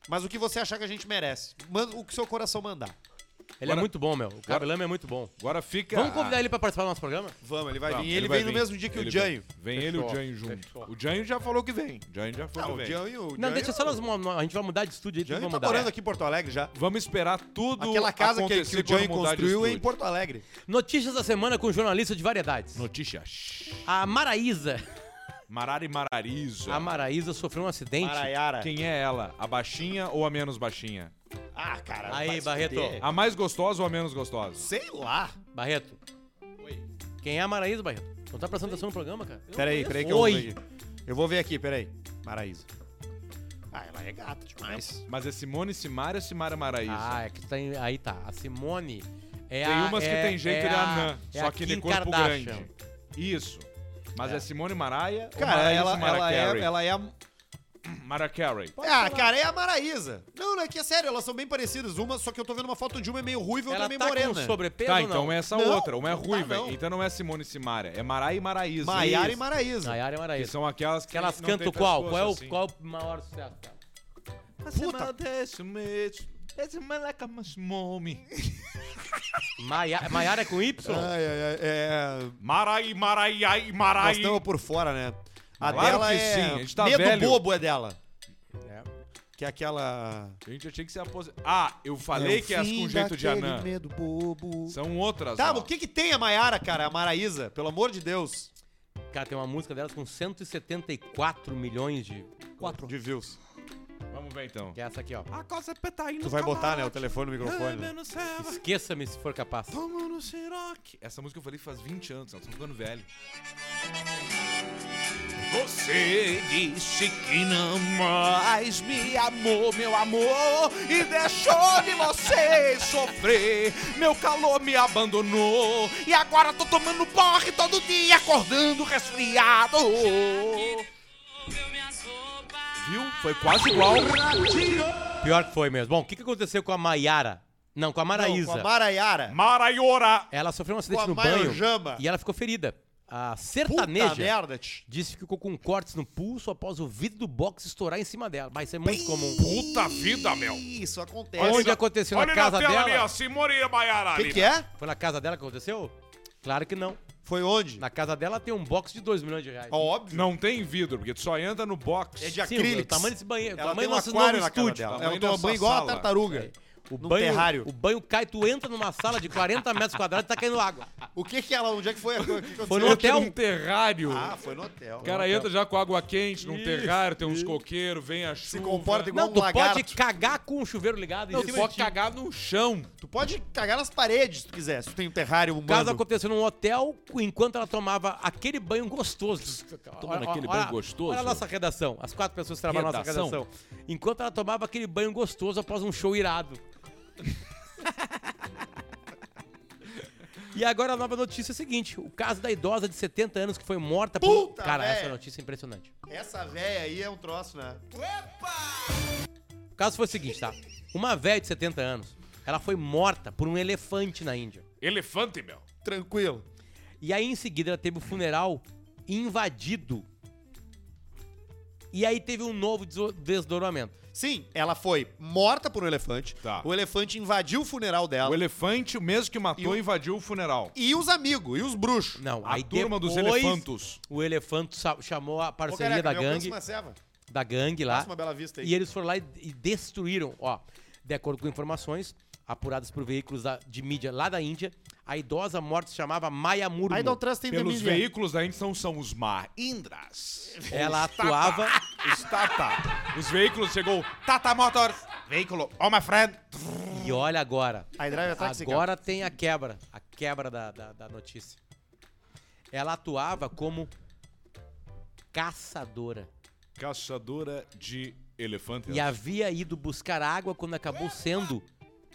S1: Mas o que você achar que a gente merece. Manda o que seu coração mandar.
S3: Ele é muito bom, meu. O Cabe Lemes é muito bom.
S2: Agora fica.
S3: Vamos convidar ele pra participar do nosso programa?
S1: Vamos, ele vai
S2: Não,
S1: vir. Ele,
S2: vai
S1: vem no
S2: vir.
S1: mesmo dia que
S2: Ele
S1: o Janho.
S2: Vem, Vem ele e o Janho junto. O Janho já falou que vem. O Janho já falou
S1: Não,
S2: que
S1: Ah, o
S2: vem.
S1: Janho. o
S3: Não,
S1: Janho-
S3: deixa só nós... mo- A gente vai mudar de estúdio aí.
S1: O
S3: tudo
S1: Janho
S3: vai
S1: tá
S3: mudar.
S1: morando aqui em Porto Alegre já.
S2: Vamos esperar tudo
S1: é- Aquela casa que, que
S2: acontecer
S1: o Janho
S2: quando mudar de
S1: construiu é em
S2: estúdio.
S1: Porto Alegre.
S3: Notícias da semana com jornalista de variedades.
S2: Notícias.
S3: A Maraísa.
S2: Marari Mararizo.
S1: Ah,
S3: A Maraísa sofreu um acidente.
S1: Maraiara.
S2: Quem é ela? A baixinha ou a menos baixinha?
S1: Ah, cara.
S3: Aí,
S1: vai se
S3: Barreto.
S1: fuder.
S2: A mais gostosa ou a menos gostosa?
S1: Sei lá.
S3: Barreto. Quem é a Maraísa, Barreto? Não tá prestando atenção no programa, cara?
S1: Peraí, peraí que eu
S3: Oi.
S1: vou ver aqui. Eu vou ver aqui, peraí. Maraísa. Ah, ela é gata demais.
S2: Mas é Simone Simária ou Simara Maraíso?
S3: Ah, é que tem. Aí tá. A Simone é
S2: tem
S3: a-
S2: umas que
S3: é-
S2: tem jeito
S3: é
S2: de
S3: a-
S2: anã,
S3: é
S2: só
S3: a
S2: que
S3: Kim
S2: de corpo
S3: Kardashian.
S2: grande. Isso. Mas é, Simone Maraia ou
S1: Cara,
S2: Maraíso
S1: ela,
S2: Mara
S1: ela, é,
S2: Carey?
S1: ela é a
S2: Mara Carey.
S1: ah, cara, é a Maraísa. Não, não, é que é sério, elas são bem parecidas. Uma, só que eu tô vendo uma foto de uma é meio ruiva e outra é
S3: Ela
S1: meio
S3: tá
S1: morena.
S3: com sobrepeso
S2: Tá,
S3: ou não?
S2: então é essa
S1: Não,
S2: outra. Uma é
S1: não tá,
S2: ruiva.
S1: não.
S2: Então não é Simone Simária. É Maraia e Maraíso.
S1: Maiara e
S2: Isso.
S1: Maraísa.
S3: Nayara é
S2: Que
S3: Maraísa.
S2: são aquelas que
S3: Que elas
S2: não têm
S3: cantam qual?
S2: pescoço,
S3: Qual é, o,
S2: assim.
S3: qual é o maior sucesso dela?
S1: Puta.
S2: Puta.
S3: Maia- Maiara é com Y?
S2: Ah,
S1: Ai, ai, ai. É,
S2: Marai, marai, ai,
S1: nós
S2: marai.
S1: estamos por fora, né? A
S2: Claro
S1: dela
S2: que
S1: é...
S2: sim, a gente tá
S1: Medo
S2: velho.
S1: Bobo é dela.
S2: É.
S1: Que é aquela...
S2: A gente já tinha que ser aposentado. Ah, eu falei
S1: É o
S2: que é as
S1: fim
S2: com jeito de
S1: daquele
S2: anã.
S1: medo bobo.
S2: São outras.
S1: Tá,
S2: ó.
S1: mas o que que tem a Maiara, cara? A Maraísa, pelo amor de Deus.
S3: Cara, tem uma música delas com 174 milhões de.
S6: Quatro.
S1: De views.
S2: Vamos ver então.
S3: Que é essa aqui, ó.
S5: A coisa peta
S1: Tu vai botar, né, o telefone no microfone. né?
S3: Esqueça-me se for capaz.
S5: Toma no siroque.
S2: Essa música eu falei faz 20 anos, nós estamos ficando velho. Você disse que não mais me amou, meu amor, e deixou de você sofrer. Meu calor me abandonou, e agora tô tomando porre todo dia, acordando resfriado. Viu? Foi quase igual.
S3: Pior que foi mesmo. Bom, o que, que aconteceu com a Maiara? Não, com a
S1: Não,
S3: Maraísa.
S1: com a Maraiara.
S2: Maraiora!
S3: Ela sofreu um
S1: Com
S3: acidente
S1: a
S3: no banho
S1: Marajama.
S3: e ela ficou ferida. A
S1: Puta
S3: sertaneja
S1: merda, tch.
S3: disse que ficou com cortes no pulso após o vidro do box estourar em cima dela. Mas isso é muito comum.
S2: um Puta vida, meu!
S1: Isso acontece.
S3: Onde aconteceu na casa dela?
S2: Simoria Maiara
S1: O que, que é?
S3: Foi na casa dela que aconteceu? Claro que não.
S1: Foi onde?
S3: Na casa dela tem um box de 2 milhões de reais.
S1: Óbvio.
S2: Não tem vidro, porque tu só entra no box.
S1: É de
S3: Sim,
S1: acrílico.
S3: o tamanho desse banheiro. O
S1: Ela tem
S3: tamanho do
S1: um
S3: nosso
S1: aquário
S3: novo
S1: na casa
S3: estúdio.
S1: dela.
S2: tamanho
S1: Ela toma
S2: da
S1: banho um
S2: sua
S1: igual a
S2: sala.
S1: tartaruga.
S3: O
S1: Num
S3: banho,
S1: terrário.
S3: o banho cai, tu entra numa sala de 40 metros quadrados e tá caindo água.
S1: O que que ela... Onde é que foi? a- o que que
S3: Foi
S1: aconteceu?
S3: no hotel.
S2: um terrário.
S1: Ah, foi no hotel.
S2: o cara entra já com água quente num terrário, tem uns coqueiros, vem a chuva.
S1: Se comporta igual tipo. um
S3: não, tu
S1: lagarto.
S3: pode cagar com o chuveiro ligado
S2: Não,
S3: em
S2: tu
S3: cima
S2: pode
S3: de ti.
S2: cagar no chão.
S1: Tu pode cagar nas paredes se tu quiser, se tu tem um terrário
S3: O caso
S1: humano.
S3: aconteceu num hotel enquanto ela tomava aquele banho gostoso.
S2: Tomando aquele banho gostoso?
S3: Olha a nossa redação. As quatro pessoas que trabalham na nossa
S2: Redação?
S3: redação. Enquanto ela tomava aquele banho gostoso após um show irado. E agora a nova notícia é a seguinte: o caso da idosa de 70 anos que foi morta por.
S1: Puta,
S3: Cara, essa
S1: véia.
S3: notícia é impressionante.
S1: Essa véia aí é um troço, né?
S3: O caso foi o seguinte, tá? Uma velha de 70 anos, ela foi morta por um elefante na Índia.
S2: Elefante, meu.
S1: Tranquilo.
S3: E aí em seguida ela teve o funeral invadido. E aí teve um novo deso- desdobramento.
S1: Sim, ela foi morta por um elefante.
S2: Tá.
S1: O elefante invadiu o funeral dela.
S2: O elefante, o mesmo que matou,
S1: E o-
S2: invadiu o funeral.
S1: E os amigos, e os bruxos.
S3: Não,
S2: A
S3: aí
S2: turma dos
S3: depois,
S2: elefantos.
S3: O elefante sa- chamou a
S1: Ô,
S3: parceria
S1: caraca,
S3: da
S1: me alcança
S3: gangue,
S1: uma ceva.
S3: da gangue lá.
S1: Passa uma bela vista aí.
S3: E eles foram lá e, e destruíram, ó. De acordo com informações apuradas por veículos da- de mídia lá da Índia, a idosa morta se chamava Maya Murmu.
S1: um
S6: I don't trust in the
S2: Pelos
S6: media.
S2: veículos da Índia são os Mahindras.
S3: Ela atuava
S2: Os Tata. Os veículos chegou Tata Motors. Veículo Home Friend.
S3: e olha agora.
S1: I drive a
S2: tá
S1: taxi car.
S3: Agora tem a quebra, a quebra da, da, da notícia. Ela atuava como caçadora
S2: Caçadora de elefantes.
S3: e havia ido buscar água quando acabou sendo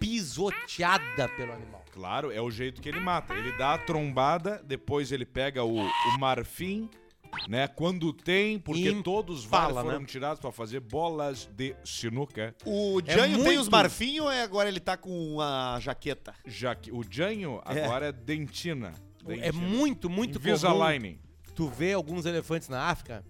S3: pisoteada pelo animal.
S2: Claro, é o jeito que ele mata. Ele dá a trombada, depois ele pega o, o marfim, né? Quando tem, porque
S3: Impala,
S2: todos os vários
S3: né?
S2: foram tirados pra fazer bolas de sinuca.
S1: O
S3: É
S1: Janho tem
S3: muito-
S1: os marfinhos ou é agora ele tá com a jaqueta?
S2: Já que o Janho agora é, dentina.
S3: É muito, muito comum
S2: Invisalign.
S3: tu vê alguns elefantes na África,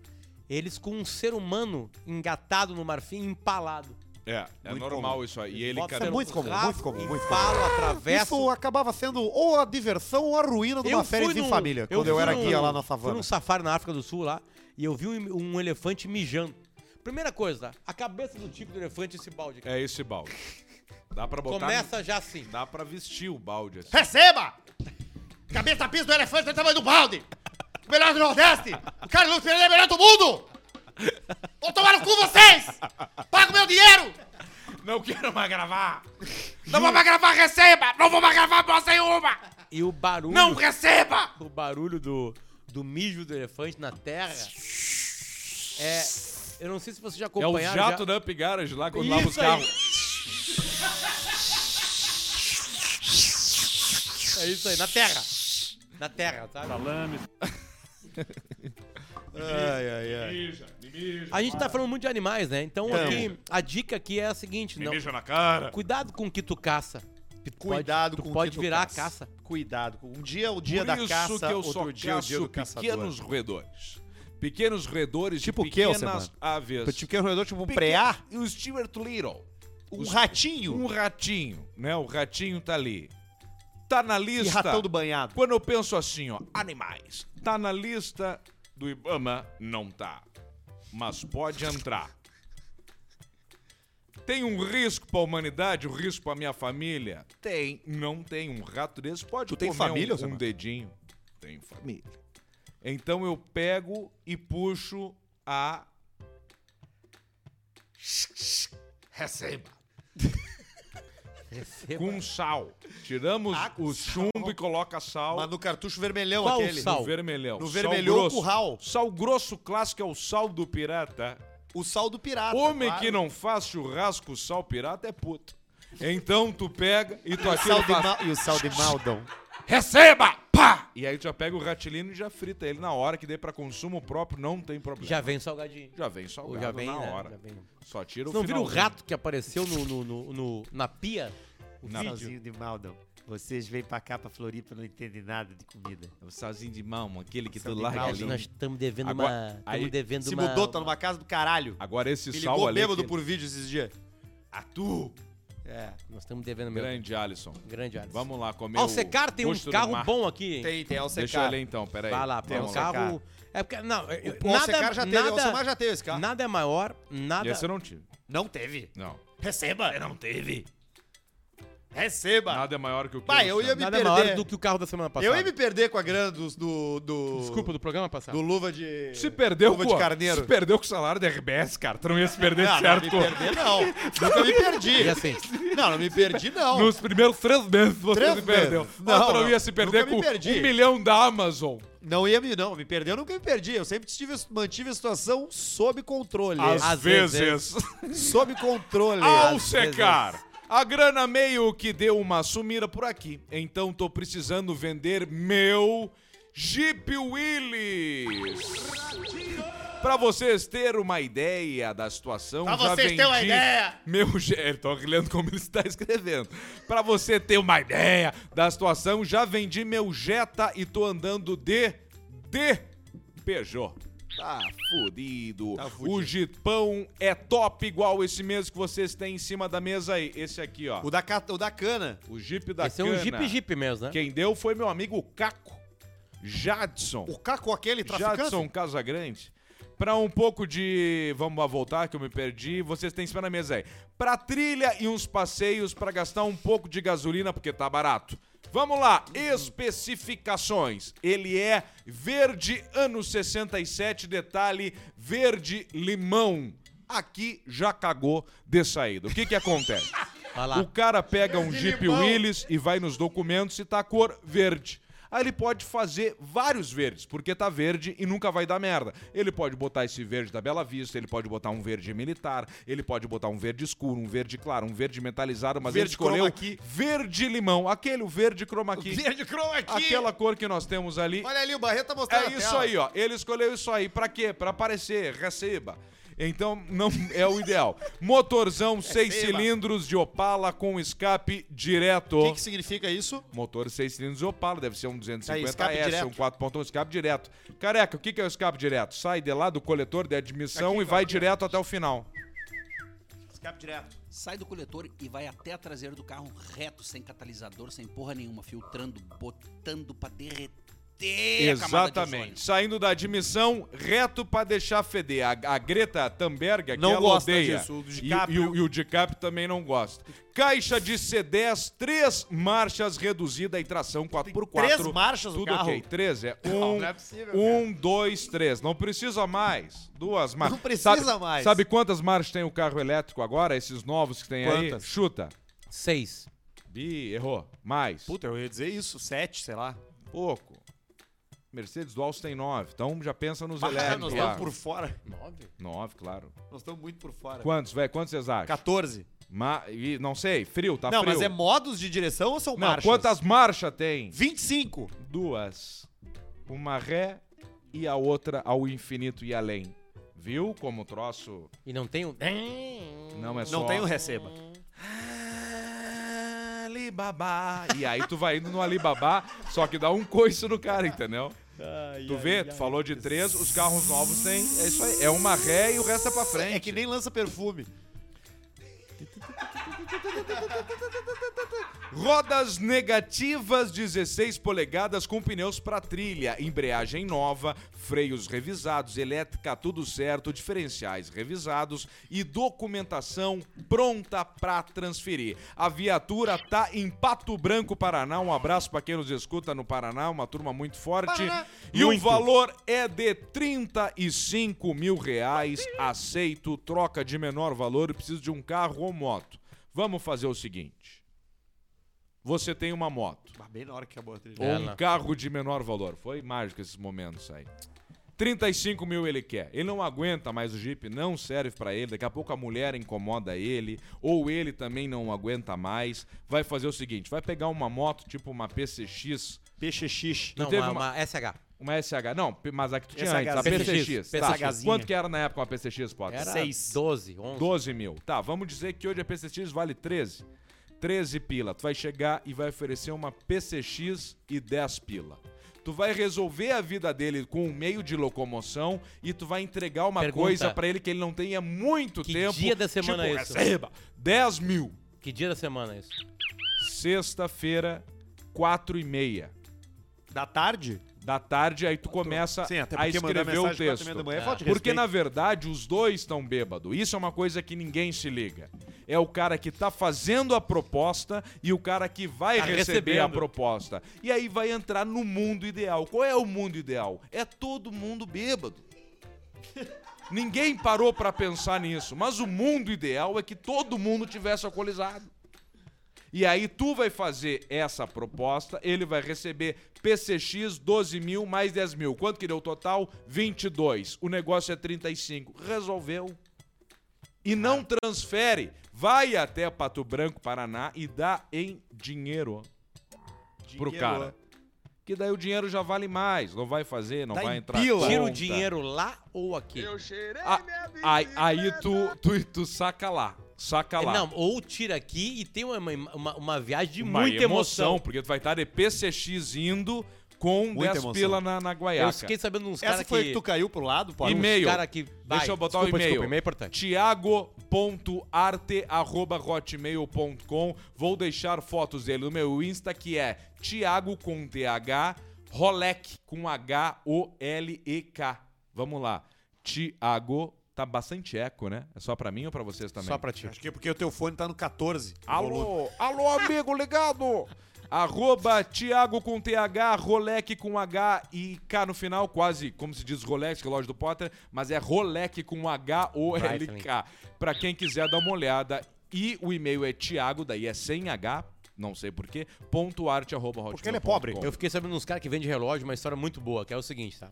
S3: eles com um ser humano engatado no marfim empalado.
S2: É, é normal isso aí. E ele
S3: Bota
S2: cara,
S3: pelo
S1: muito comum, muito
S3: rabo,
S1: comum, muito
S3: empala, atravessa.
S1: Isso acabava sendo ou a diversão ou a ruína de uma férias
S3: fui
S1: em
S3: num-
S1: família, quando eu
S3: fui
S1: era
S3: num-
S1: guia lá na
S3: Fui
S1: savana.
S3: num safari na África do Sul lá e eu vi um, um elefante mijando. Primeira coisa, a cabeça do tipo do elefante é esse balde. aqui.
S2: é esse balde. Dá pra botar.
S3: Começa já assim.
S2: Dá pra vestir o balde assim.
S4: Receba! Cabeça pisa do elefante do tamanho do balde! O melhor do Nordeste! O cara Lúcio Pereira é o melhor do mundo! Vou tomar no cu vocês! Paga o meu dinheiro!
S2: Não quero mais gravar!
S5: Não vou mais gravar, receba! Não vou mais gravar bosta nenhuma!
S3: E o barulho,
S5: Não receba!
S3: o barulho do, do mijo do elefante na terra é... Eu não sei se vocês já
S2: É o
S3: acompanharam...
S2: jato
S3: já-
S2: da Up Garage lá quando lava os
S3: Isso aí.
S2: carros.
S3: É isso aí, na terra. Na terra, sabe?
S1: Ai, ai, ai.
S2: Mija, me mija.
S3: A gente tá falando muito de animais, né? Então aqui, a dica aqui é a seguinte,
S2: Me
S3: não...
S2: mija na cara.
S3: Cuidado com o que tu caça. Que tu pode-
S1: Cuidado
S3: tu
S1: com o
S3: pode
S1: que tu
S3: virar
S1: caça.
S3: a caça.
S1: Cuidado. Um dia é o dia
S2: Por
S1: da
S2: isso
S1: caça,
S2: que eu
S1: outro
S2: só
S1: dia é o dia do
S2: caço
S1: caçador.
S2: pequenos roedores. Pequenos roedores
S1: Tipo o
S2: de
S1: quê, ô
S2: pequenas
S1: Semana?
S2: aves.
S1: Tipo, que é um roedor, tipo um
S2: Peque-
S1: preá,
S2: E o Stuart Little.
S1: um
S2: Os-
S1: ratinho.
S2: Um ratinho, né? O ratinho tá ali. tá na
S1: E
S2: lista.
S1: ratão do banhado.
S2: Quando eu penso assim, ó, animais, tá na lista do Ibama? Não tá. Mas pode entrar. Tem um risco pra humanidade, um risco pra minha família? Tem. Não tem. Um rato desse pode
S1: Tu tem
S2: comer um-
S1: família,
S2: um,
S1: Alcemar?
S2: dedinho. Tem família. Então eu pego e puxo a
S5: Receba.
S2: com sal. Tiramos
S1: Ah, com
S2: o
S1: sal.
S2: chumbo e coloca sal.
S1: Mas no cartucho vermelhão
S3: Qual
S1: aquele.
S3: o sal?
S2: No vermelhão.
S1: No
S2: Sal
S1: vermelhão,
S2: grosso.
S1: curral.
S2: Sal grosso clássico é o sal do pirata.
S1: O sal do
S3: é
S1: pirata.
S2: Homem
S1: claro.
S2: que não faz churrasco sal pirata é puto. Então tu pega e tu aquilo
S1: Sal de
S2: faz...
S1: ma- E o sal de Maldon.
S5: Receba! Pá!
S2: E aí tu já pega o ratilino e já frita ele na hora, que dê pra consumo próprio, não tem problema.
S3: Já vem salgadinho.
S2: Já vem
S3: Ou
S2: salgado
S3: já vem,
S2: na
S3: né?
S2: hora.
S3: Já vem.
S2: Só tira o
S3: Não viram o
S2: finalzinho.
S3: rato que apareceu no, no- no- no- na pia? O
S2: Na-
S3: vídeo?
S1: Salzinho de Maldon. Vocês vêm pra cá, pra Floripa, não entendem nada de comida.
S2: O salzinho de mão, aquele que tu
S1: de
S2: larga
S1: mão,
S3: Nós
S2: ali.
S1: Paulinho.
S3: nós estamos devendo
S2: Agora-
S3: uma.
S2: aí-
S3: Estamos devendo
S1: Se
S3: uma.
S1: mudou, tá numa casa do caralho.
S2: Agora esse
S1: Me
S2: sal
S1: ligou
S2: ali...
S1: bêbado
S2: que-
S1: por vídeo esses dias.
S2: A tu!
S1: É.
S3: Nós estamos devendo mesmo. Grande,
S2: Grande, Alisson.
S3: área.
S2: Vamos lá comer
S3: Ao
S2: o
S3: secar tem um
S2: gosto do
S3: carro
S2: mar.
S3: bom aqui. hein?
S1: Tem, tem Alcecar.
S2: Deixa eu ler então, peraí.
S3: Vai lá,
S1: Tem
S3: tem um
S1: Alcecar.
S3: carro. É porque. Não, eu-
S1: O Alcecar já teve, o Alcemar já teve esse carro.
S3: Nada é maior, nada.
S2: Esse eu não tive.
S1: Não teve.
S2: Não.
S1: Receba. Não teve. Receba.
S2: Nada é maior que o que
S1: Pai, eu ia me
S3: Nada é
S1: perder.
S3: maior do que o carro da semana passada.
S1: Eu ia me perder com a grana dos- do, do...
S3: Desculpa, do programa passado.
S1: Do luva de...
S2: Se perdeu,
S1: luva
S2: com,
S1: de carneiro.
S2: se perdeu com o salário da RBS, cara. Tu não ia se perder
S1: Ah,
S2: certo.
S1: Não,
S2: com-
S1: me perder não. Nunca me
S3: E
S1: perdi.
S3: assim,
S1: Não, não me perdi não.
S2: Nos primeiros três meses você
S1: Três
S2: se perdeu.
S1: meses.
S2: Não,
S1: Não,
S2: tu não
S1: não.
S2: ia se perder
S1: Nunca me
S2: com
S1: perdi.
S2: um milhão da Amazon.
S1: Não ia me não. Me perder eu nunca me perdi. Eu sempre estive, mantive a situação sob controle.
S2: Às,
S3: Às
S2: vezes.
S3: vezes.
S1: Sob controle.
S2: Ao
S1: Às
S2: secar. A grana meio que deu uma sumida por aqui. Então tô precisando vender meu Jeep Willys. Pra vocês terem uma ideia da situação,
S4: Pra
S2: já
S4: vocês terem uma
S2: vendi
S4: ideia.
S2: Meu Jeep, Eu tô lendo como ele está escrevendo. Pra você ter uma ideia da situação, já vendi meu Jetta e tô andando de de Peugeot. Tá fudido.
S3: Tá
S2: o Jeepão é top igual esse mesmo que vocês têm em cima da mesa aí. Esse aqui, ó.
S1: O da, ca- o da cana.
S2: O Jeep da
S3: esse é um
S2: cana.
S3: Jeep Jeep mesmo, né?
S2: Quem deu foi meu amigo Caco Jadson.
S1: O caco aquele traficante.
S2: Jadson Casagrande. um Pra um pouco de. Vamos lá voltar, que eu me perdi. Vocês têm em cima da mesa aí. Pra trilha e uns passeios pra gastar um pouco de gasolina, porque tá barato. Vamos lá, especificações. Ele é verde ano 67, detalhe verde limão. Aqui já cagou de saída. O que que acontece?
S3: Vai lá.
S2: O cara pega um Jeep Willys e vai nos documentos e tá a cor verde. Aí ele pode fazer vários verdes, porque tá verde e nunca vai dar merda. Ele pode botar esse verde da Bela Vista, ele pode botar um verde militar, ele pode botar um verde escuro, um verde claro, um verde metalizado, mas ele
S1: Verde
S2: escolheu
S1: chroma key.
S2: verde limão, aquele o verde chroma key,
S1: Verde é chroma aqui.
S2: aquela cor que nós temos ali.
S1: Olha ali, o Barreto tá mostrando
S2: É
S1: na
S2: isso
S1: tela.
S2: aí, ó. Ele escolheu isso aí. Pra quê? Pra aparecer, receba. Então, não é o ideal. Motorzão, seis
S1: Receba.
S2: cilindros de Opala com escape direto.
S1: O que, que significa isso?
S2: Motor seis cilindros de Opala, deve ser um 250S,
S1: Tá, escape
S2: um
S1: direto.
S2: 4.1 escape direto. Careca, o que que é o escape direto? Sai de lá do coletor de admissão e vai direto até o final.
S1: Escape direto.
S7: Sai do coletor e vai até a traseira do carro reto, sem catalisador, sem porra nenhuma, filtrando, botando pra derreter a camada de ozônio.
S2: Exatamente. Saindo da admissão, reto pra deixar feder. A, a Greta Thunberg, aqui,
S1: Não
S2: ela
S1: gosta
S2: odeia.
S1: disso, o do
S2: E-
S1: DiCaprio.
S2: E, o- e o DiCaprio também não gosta. Caixa de C10, três marchas reduzida e tração 4x4.
S1: três marchas no
S2: Tudo
S1: carro?
S2: ok. Três é. Um,
S1: Não, não é possível,
S2: um dois, três. Não precisa mais. Duas marchas.
S1: precisa
S2: Sabe-
S1: mais.
S2: Sabe quantas marchas tem o carro elétrico agora? Esses novos que tem aí?
S3: Quantas?
S2: Chuta.
S3: Seis.
S2: Bi, errou. Mais.
S1: Puta, eu ia dizer isso. Sete, sei lá.
S2: Pouco. Mercedes do Alce tem 9, então já pensa nos
S1: Ah,
S2: elétricos.
S1: nós
S2: Claro.
S1: estamos por fora.
S2: 9, claro.
S1: Nós estamos muito por fora.
S2: Quantos, velho? Quantos vocês acham?
S1: 14.
S2: Ma- Ih, Não sei, frio, tá
S1: não,
S2: frio.
S1: mas é modos de direção ou são
S2: Não,
S1: marchas?
S2: quantas marchas tem?
S1: 25.
S2: Duas. Uma ré e a outra ao infinito e além. Viu como o troço
S3: E não tem um.
S2: não é só...
S1: Não tem o receba.
S2: Alibaba. E aí tu vai indo no Alibaba, só que dá um coice no cara, entendeu? tu vê, tu falou de três, os carros novos têm. É isso aí. É uma ré e o resto é pra frente.
S1: É que nem lança perfume.
S2: Rodas negativas 16 polegadas com pneus para trilha, embreagem nova, freios revisados, elétrica tudo certo, diferenciais revisados e documentação pronta para transferir. A viatura tá em Pato Branco, Paraná. Um abraço para quem nos escuta no Paraná, uma turma muito forte. E o valor é de 35 mil reais. Aceito, troca de menor valor, preciso de um carro ou moto. Vamos fazer o seguinte. Você tem uma moto.
S1: Bah, Bem na hora que acabou a trilha.
S2: Ou um
S3: Ela.
S2: carro de menor valor. Foi mágico esses momentos aí. 35 mil ele quer. Ele não aguenta mais o Jeep, não serve pra ele. Daqui a pouco a mulher incomoda ele, ou ele também não aguenta mais. Vai fazer o seguinte: vai pegar uma moto, tipo uma PCX,
S1: PXX.
S3: Não,
S2: teve
S3: uma,
S2: uma-
S3: uma SH.
S2: uma SH. Não, P- mas a que tu tinha
S1: SH.
S2: antes, a PCX.
S3: PCX.
S2: Tá.
S1: PCXinha.
S2: Quanto que era na época uma PCX, Potter?
S3: Era
S1: Seis.
S3: 12, 11.
S2: 12 mil. Tá, vamos dizer que hoje a PCX vale 13. 13 pila. Tu vai chegar e vai oferecer uma PCX e 10 pila. Tu vai resolver a vida dele com um meio de locomoção e tu vai entregar uma
S3: Pergunta.
S2: coisa pra ele que ele não tenha muito
S3: Que
S2: tempo.
S3: dia da semana
S2: tipo,
S3: é isso?
S2: Receba 10 mil.
S3: Que dia da semana é isso?
S2: Sexta-feira, 4 e meia
S1: Da tarde?
S2: da tarde, aí tu começa
S1: Sim, até
S2: a
S1: porque mandar
S2: escrever o
S1: mensagem quatro e
S2: texto.
S1: meia da manhã é falta de
S2: Porque,
S1: respeito.
S2: na verdade, os dois estão bêbados. Isso é uma coisa que ninguém se liga. É o cara que tá fazendo a proposta e o cara que vai
S3: Tá
S2: receber a
S3: recebendo.
S2: proposta. E aí vai entrar no mundo ideal. Qual é o mundo ideal? É todo mundo bêbado. Ninguém parou pra pensar nisso, mas o mundo ideal é que todo mundo tivesse alcoolizado. E aí tu vai fazer essa proposta, ele vai receber PCX 12 mil mais 10 mil. Quanto que deu o total? 22. O negócio é 35. Resolveu. E não transfere. Vai até Pato Branco, Paraná e dá em dinheiro pro
S1: Dinheiro.
S2: cara. Que daí o dinheiro já vale mais. Não vai fazer, não
S1: Dá
S2: vai
S1: em
S2: entrar.
S1: pila.
S3: Tira o
S2: conta.
S3: dinheiro lá ou aqui?
S2: Ah, aí, aí tu, tu, tu saca lá. Saca lá.
S3: É, Não, ou tira aqui e tem uma, uma, uma viagem de
S2: Uma
S3: muita emoção.
S2: Porque tu vai estar de PCX indo com
S1: Muita
S2: 10
S1: emoção.
S2: pila na, na
S3: Eu
S2: guaiaca.
S3: fiquei sabendo uns
S1: Essa
S3: caras
S1: foi a
S3: que...
S1: que tu caiu pro lado, pô.
S2: E-mail.
S3: Uns cara que...
S2: Deixa eu botar
S3: desculpa,
S2: o e-mail.
S3: Desculpa, e-mail é importante.
S2: Tiago.arte.hotmail.com Vou deixar fotos dele no meu Insta, que é Tiago com TH, Rolek com H-O-L-E-K. Vamos lá. Tiago... Tá bastante eco, né? É só pra mim ou pra vocês também?
S3: Só pra ti.
S1: Acho que é porque o teu fone tá no 14. volume.
S2: Alô, alô, amigo ligado! Arroba Thiago com TH, Rolec com H e K no final, quase como se diz Rolex, relógio do Potter, mas é Rolec com H-O-L-K. Pra quem quiser dar uma olhada. E o e-mail é Thiago, daí é sem H, não sei porquê, ponto arte arroba
S1: Porque ele é pobre.
S2: hotmail ponto com.
S3: Eu fiquei sabendo uns caras que vendem relógio, uma história muito boa, que é o seguinte, tá?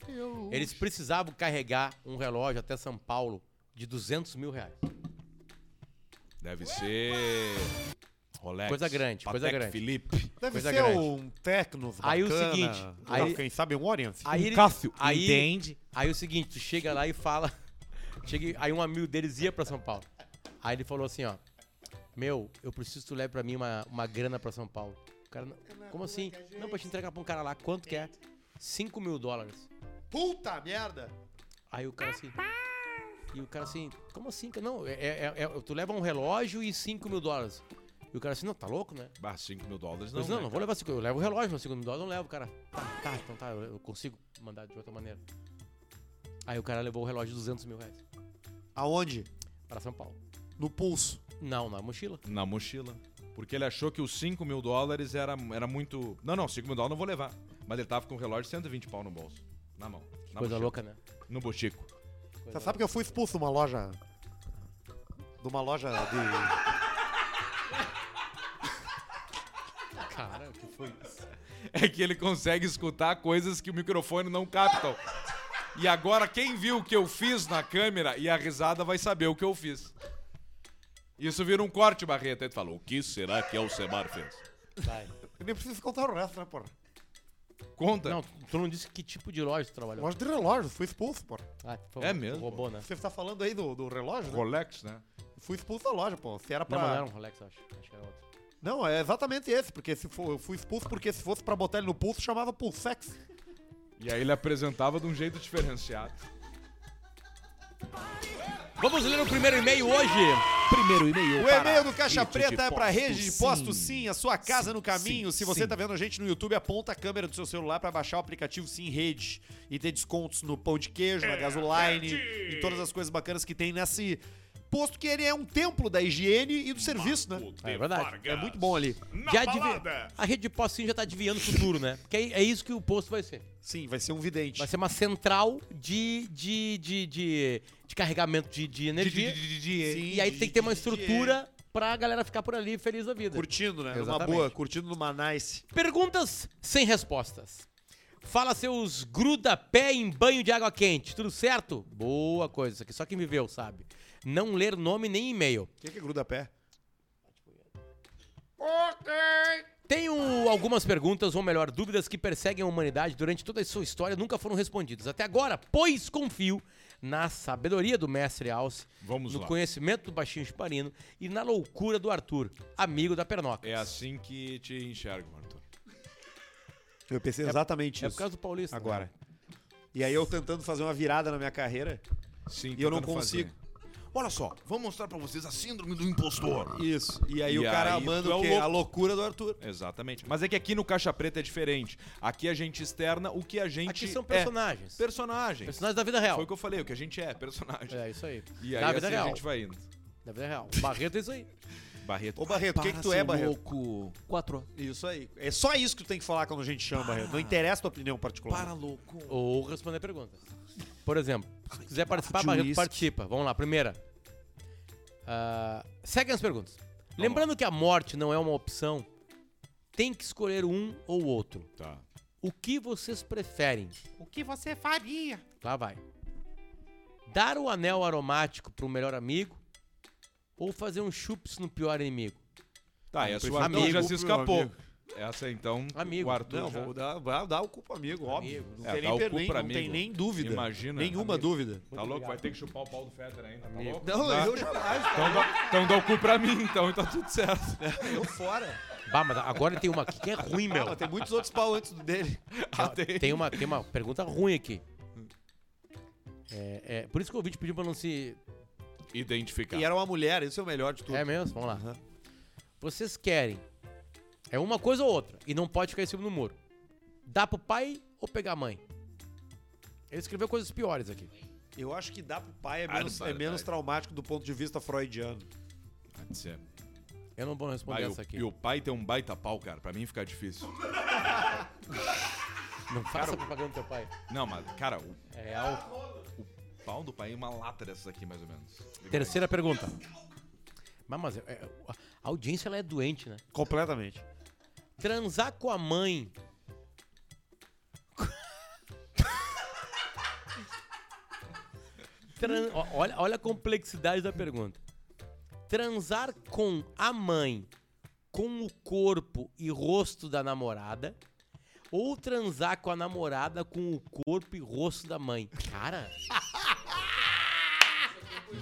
S3: Eles precisavam carregar um relógio até São Paulo de 200 mil reais.
S2: Deve ser. Rolex.
S3: Coisa grande, coisa
S2: Patek
S3: grande.
S2: Felipe.
S1: Deve
S3: Coisa
S1: ser
S3: grande.
S1: um Tecno
S3: Aí o
S1: bacana,
S3: seguinte,
S1: um-
S3: aí-
S1: Quem sabe um Orient.
S3: Aí ele,
S2: Cássio,
S3: aí,
S2: entende?
S3: Aí o seguinte, tu chega lá e fala... Chega, aí um amigo deles ia pra São Paulo. Aí ele falou assim, ó... Meu, eu preciso que tu leve pra mim uma, uma grana pra São Paulo. O cara, não- como assim? Não, pra te entregar pra um cara lá, quanto que é? 5 mil dólares.
S1: Puta merda!
S3: Aí o cara assim. E o cara assim, como assim? cara? Não, é, é- é- tu leva um relógio e 5 mil dólares. E o cara assim, não, tá louco, né?
S2: Bah, 5 mil dólares
S3: Não,
S2: não.
S3: não,
S2: né,
S3: não vou levar 5 Eu levo o relógio, mas 5 mil dólares eu não levo, cara. Tá, tá, então tá, eu eu consigo mandar de outra maneira. Aí o cara levou o relógio de 200 mil reais
S1: Aonde?
S3: para São Paulo.
S1: No pulso.
S3: Não, na mochila.
S2: Na mochila. Porque ele achou que os 5 mil dólares era, era muito. Não, não, 5 mil dólares não vou levar. Mas ele tava com o relógio de 120 pau no bolso. Na mão. Na
S3: Coisa
S2: mochila.
S3: louca, né?
S2: No bochico.
S1: Você sabe que eu fui expulso de uma loja. De uma loja de.
S3: Cara, o que foi isso?
S2: É que ele consegue escutar coisas que o microfone não captam. E agora, quem viu o que eu fiz na câmera e a risada vai saber o que eu fiz. Isso vira um corte, Barreto. Aí tu falou: o que será que Alcemar fez?
S3: Vai.
S1: Eu nem preciso contar o resto, né, porra?
S2: Conta.
S3: Não, tu não disse que tipo de loja tu trabalhou.
S1: Loja de relógio, fui expulso, porra.
S3: Ah, por favor,
S2: É mesmo?
S3: tu Roubou, né?
S1: Você tá falando aí do, do relógio? Né?
S2: Rolex, né?
S1: Fui expulso da loja, pô. Se era
S3: Não, mas não era
S1: pra.
S3: um Rolex, eu acho. Acho que era outro.
S1: Não, é exatamente esse, porque se for, eu fui expulso porque se fosse pra botar ele no pulso, chamava pulsex.
S2: E aí ele apresentava de um jeito diferenciado.
S3: Vamos ler o primeiro e-mail hoje
S8: Primeiro e-mail
S1: O
S8: para
S1: e-mail do Caixa Preta é pra
S8: Posto
S1: rede de postos,
S8: Sim.
S1: sim, a sua casa no caminho.
S8: sim,
S1: Se você
S8: sim.
S1: tá vendo a gente no YouTube, aponta a câmera do seu celular pra baixar o aplicativo Sim Rede e ter descontos no pão de queijo, na gasoline, em todas as coisas bacanas que tem nesse posto que ele é um templo da higiene e do serviço, né?
S3: É verdade.
S1: É muito bom ali.
S3: Já advi- A rede de posto sim já tá adivinhando o futuro, né? Porque é, é isso que o posto vai ser.
S1: Sim, vai ser um vidente.
S3: Vai ser uma central de, de, de, de, de carregamento de, de energia.
S1: Sim,
S3: e aí
S1: de-
S3: tem que ter uma
S1: de- de-
S3: estrutura pra galera ficar por ali feliz da vida.
S1: Curtindo, né? Uma
S3: Exatamente.
S1: boa, curtindo numa nice.
S3: Perguntas sem respostas. Fala seus gruda-pé em banho de água quente. Tudo certo? Boa coisa. Isso aqui só quem viveu sabe. Não ler nome nem e-mail.
S1: O que que é gruda-pé?
S3: Tenho algumas perguntas, ou melhor, dúvidas que perseguem a humanidade durante toda a sua história nunca foram respondidas até agora, pois confio na sabedoria do mestre Alce,
S2: Vamos
S3: no
S2: lá.
S3: conhecimento do baixinho Chiparino e na loucura do Arthur, amigo da Pernoca.
S2: É assim que te enxergo, Arthur.
S1: Eu pensei exatamente
S3: É
S1: isso.
S3: por causa do Paulista.
S1: Agora.
S3: né?
S1: E aí eu tentando fazer uma virada na minha carreira.
S2: Sim,
S1: E eu não
S2: tentando
S1: consigo.
S5: Olha só, vou mostrar pra vocês a síndrome do impostor.
S1: Isso. E aí
S2: E
S1: o cara
S2: aí
S1: manda
S2: tu é
S1: o
S2: o
S1: quê?
S2: louco.
S1: A loucura do Arthur.
S2: Exatamente. Mas é que aqui no Caixa Preta é diferente. Aqui a gente externa o que a gente
S3: Aqui são
S2: é.
S3: personagens.
S2: Personagens.
S3: Personagens da vida real.
S2: Foi o que eu falei, o que a gente é, personagem.
S3: É, isso aí.
S2: E aí
S3: da vida
S2: assim
S3: real.
S2: a gente vai indo.
S3: Da vida real. Barreto é isso aí.
S2: Barreto.
S1: Ô, Barreto, o que, que tu é,
S8: seu
S1: Barreto?
S8: louco. Quatro.
S1: Isso aí. É só isso que tu tem que falar quando a gente chama, Barreto. Não interessa a tua opinião particular.
S8: Para louco.
S3: Ou responder perguntas. Por exemplo, se quiser participar,
S8: de
S3: Barreto
S8: uísque.
S3: participa. Vamos lá, primeira. Ah, seguem as perguntas. Lembrando que a morte não é uma opção, tem que escolher um ou outro.
S2: Tá.
S3: O que vocês preferem?
S5: O que você faria?
S3: Lá vai. Dar o anel aromático pro melhor amigo ou fazer um chups no pior inimigo?
S2: Tá, essa o Arthur
S3: Amigo
S2: já se
S1: pro
S2: escapou.
S1: amigo.
S2: Essa então,
S3: Amigo.
S2: o Arthur
S1: Não,
S2: já...
S1: vou dar, vou dar o cu pro amigo, óbvio. Não,
S2: É,
S1: tem,
S2: dá
S1: nem
S2: o cu
S1: perden-
S2: pro
S1: não tem
S2: amigo.
S1: nem dúvida.
S2: Imagina,
S1: Nenhuma
S2: amigo.
S1: dúvida.
S2: Tá louco? Vai ter que chupar o pau do Fetter ainda, tá louco?
S1: Não,
S2: Tá.
S1: eu jamais, cara.
S2: Então dá, então dá o cu pra mim, então, e tá tudo certo.
S1: Eu fora.
S3: Bah, mas agora tem uma aqui que é ruim, meu.
S1: Mas tem muitos outros pau antes do dele.
S3: Ah, tem, Hum. uma, tem uma pergunta ruim aqui. É, é, por isso que o ouvinte pediu pra não se.
S2: Identificar.
S1: É. E era uma mulher, isso é o melhor de tudo.
S3: É mesmo? Vamos lá. Vocês querem. É uma coisa ou outra. E não pode ficar em cima do muro. Dá pro pai ou pegar a mãe? Ele escreveu coisas piores aqui.
S1: Eu acho que dar pro
S5: Ah,
S1: pai é menos, é
S2: Barbaridade.
S1: menos traumático do ponto de vista freudiano.
S2: Pode ser.
S3: Eu não vou
S2: Ah,
S3: responder
S2: e, o,
S3: essa aqui.
S2: e o pai tem um baita pau, cara. Pra mim fica difícil.
S3: Não faça propaganda do teu pai.
S2: Não, mas, cara, o
S3: É real.
S2: pau do pai é uma lata dessas aqui, mais ou menos.
S3: Terceira pergunta. Mas, mas é- é- a audiência ela é doente, né?
S1: Completamente.
S3: Transar com a mãe. Tran- ó, olha, olha a complexidade da pergunta. Transar com a mãe, com o corpo e rosto da namorada, ou transar com a namorada com o corpo e rosto da mãe? Cara,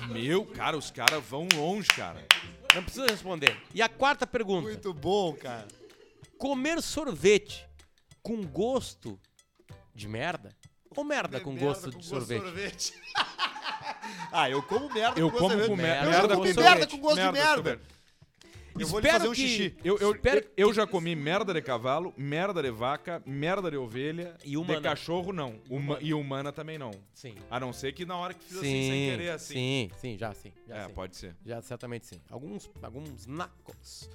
S2: Meu, cara, os caras vão longe, cara.
S3: não precisa responder. E a quarta pergunta:
S1: Muito bom, cara.
S3: comer sorvete com gosto de merda ou merda tá com
S1: Merda
S3: gosto de sorvete?
S1: sorvete. ah, eu como merda
S2: Eu
S1: com gosto
S2: como
S1: de
S2: com
S1: sorvete.
S2: merda.
S1: Eu
S2: Merda
S1: já
S2: com
S1: comi
S2: sorvete.
S1: merda com gosto de merda. Eu vou lhe fazer um
S3: que-
S1: xixi.
S2: Eu, eu,
S3: Espero
S2: eu, eu já comi merda de cavalo, merda de vaca, merda de ovelha.
S3: E humana.
S2: De cachorro, não. Uma, e humana também não.
S3: Sim.
S2: A não ser que na hora que fiz
S3: Sim,
S2: assim, sem querer, assim.
S3: sim, sim, já sim. Já,
S2: É,
S3: sim.
S2: pode ser.
S3: já certamente sim. Alguns, alguns nacos.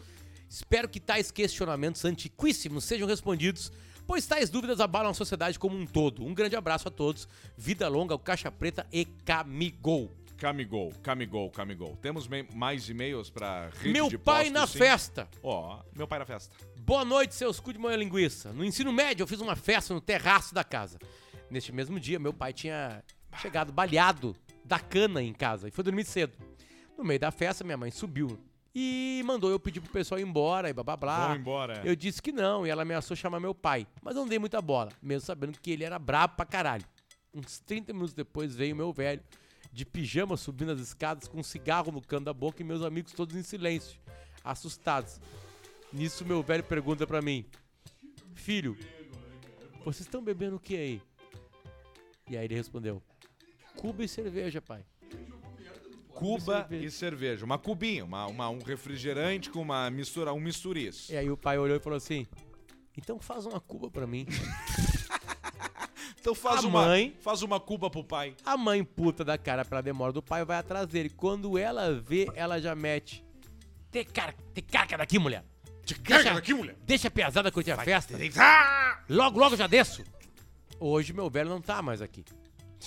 S3: Espero que tais questionamentos antiquíssimos sejam respondidos, pois tais dúvidas abalam a sociedade como um todo. Um grande abraço a todos. Vida longa, o Caixa Preta e Camigol.
S2: Camigol, camigol, camigol. Temos me- mais e-mails pra rede
S3: Meu
S2: de
S3: pai
S2: postos,
S3: na
S2: sim?
S3: festa.
S2: Ó, meu pai na festa.
S3: Boa noite, seus cu de moia linguiça. No ensino médio, eu fiz uma festa no terraço da casa. Neste mesmo dia, meu pai tinha chegado baleado da cana em casa e foi dormir cedo. No meio da festa, minha mãe subiu e mandou eu pedir pro pessoal ir embora e blá blá blá.
S2: Vão embora.
S3: Ah, Eu disse que não e ela ameaçou chamar meu pai, mas não dei muita bola, mesmo sabendo que ele era brabo pra caralho. Uns 30 minutos depois veio meu velho, de pijama subindo as escadas com um cigarro no cano da boca e meus amigos todos em silêncio, assustados. Nisso meu velho pergunta pra mim: Filho, vocês estão bebendo o que aí? E aí ele respondeu: Cuba e cerveja, pai.
S2: Cuba e cerveja. Uma cubinha, uma, uma- um refrigerante com uma mistura, um misturiço.
S3: E aí o pai olhou e falou assim: Então faz uma cuba pra mim.
S2: Então faz
S3: A
S2: uma,
S3: mãe-
S2: faz uma cuba pro pai.
S3: A mãe puta da cara pra demora do pai vai atrás dele. Quando ela vê, ela já mete. Te cara, te carca daqui, mulher. Te carca daqui, mulher. Deixa pesada que eu tinha festa. Logo, logo já desço. Hoje meu velho não tá mais aqui.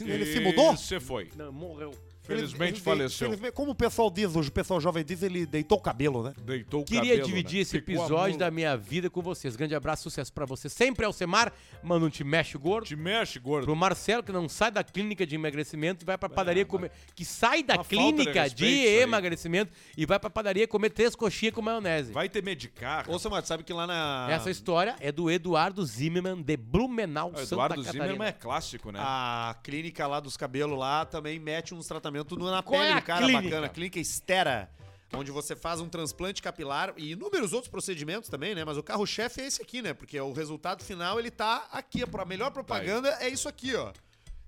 S1: Ele se mudou?
S2: Você foi.
S3: Não, morreu.
S2: Felizmente
S1: Ele- ele-
S2: faleceu.
S1: felizmente- como o pessoal diz, hoje o pessoal jovem diz, ele deitou o cabelo, né?
S2: Deitou o
S3: Queria
S2: cabelo,
S3: dividir
S2: né?
S3: esse
S2: Ficou a
S3: episódio
S2: mula.
S3: da minha vida com vocês. Grande abraço, sucesso pra você. Sempre Alcemar, mano, não te mexe o gordo.
S2: Te mexe, gordo.
S3: Pro Marcelo, que não sai da clínica de emagrecimento e vai pra padaria comer. Que sai da
S2: uma falta de
S3: clínica de,
S2: respeito isso aí.
S3: emagrecimento e vai pra padaria comer três coxinhas com maionese.
S2: Vai ter medicar.
S1: Ô, Samar, sabe que lá na...
S2: Ah.
S3: Essa história é do Eduardo Zimmermann de Blumenau,
S2: O
S3: Santa
S2: Eduardo
S3: Catarina. Ah.
S2: Zimmermann é clássico, né?
S1: A clínica lá dos cabelos lá também mete uns tratamentos no- na
S3: Qual
S1: pele
S3: é a
S1: do cara
S3: clínica?
S1: bacana. Clínica Estera, onde você faz um transplante capilar e inúmeros outros procedimentos também, né? Mas o carro-chefe é esse aqui, né? Porque o resultado final, ele tá aqui. A melhor propaganda é isso aqui, ó.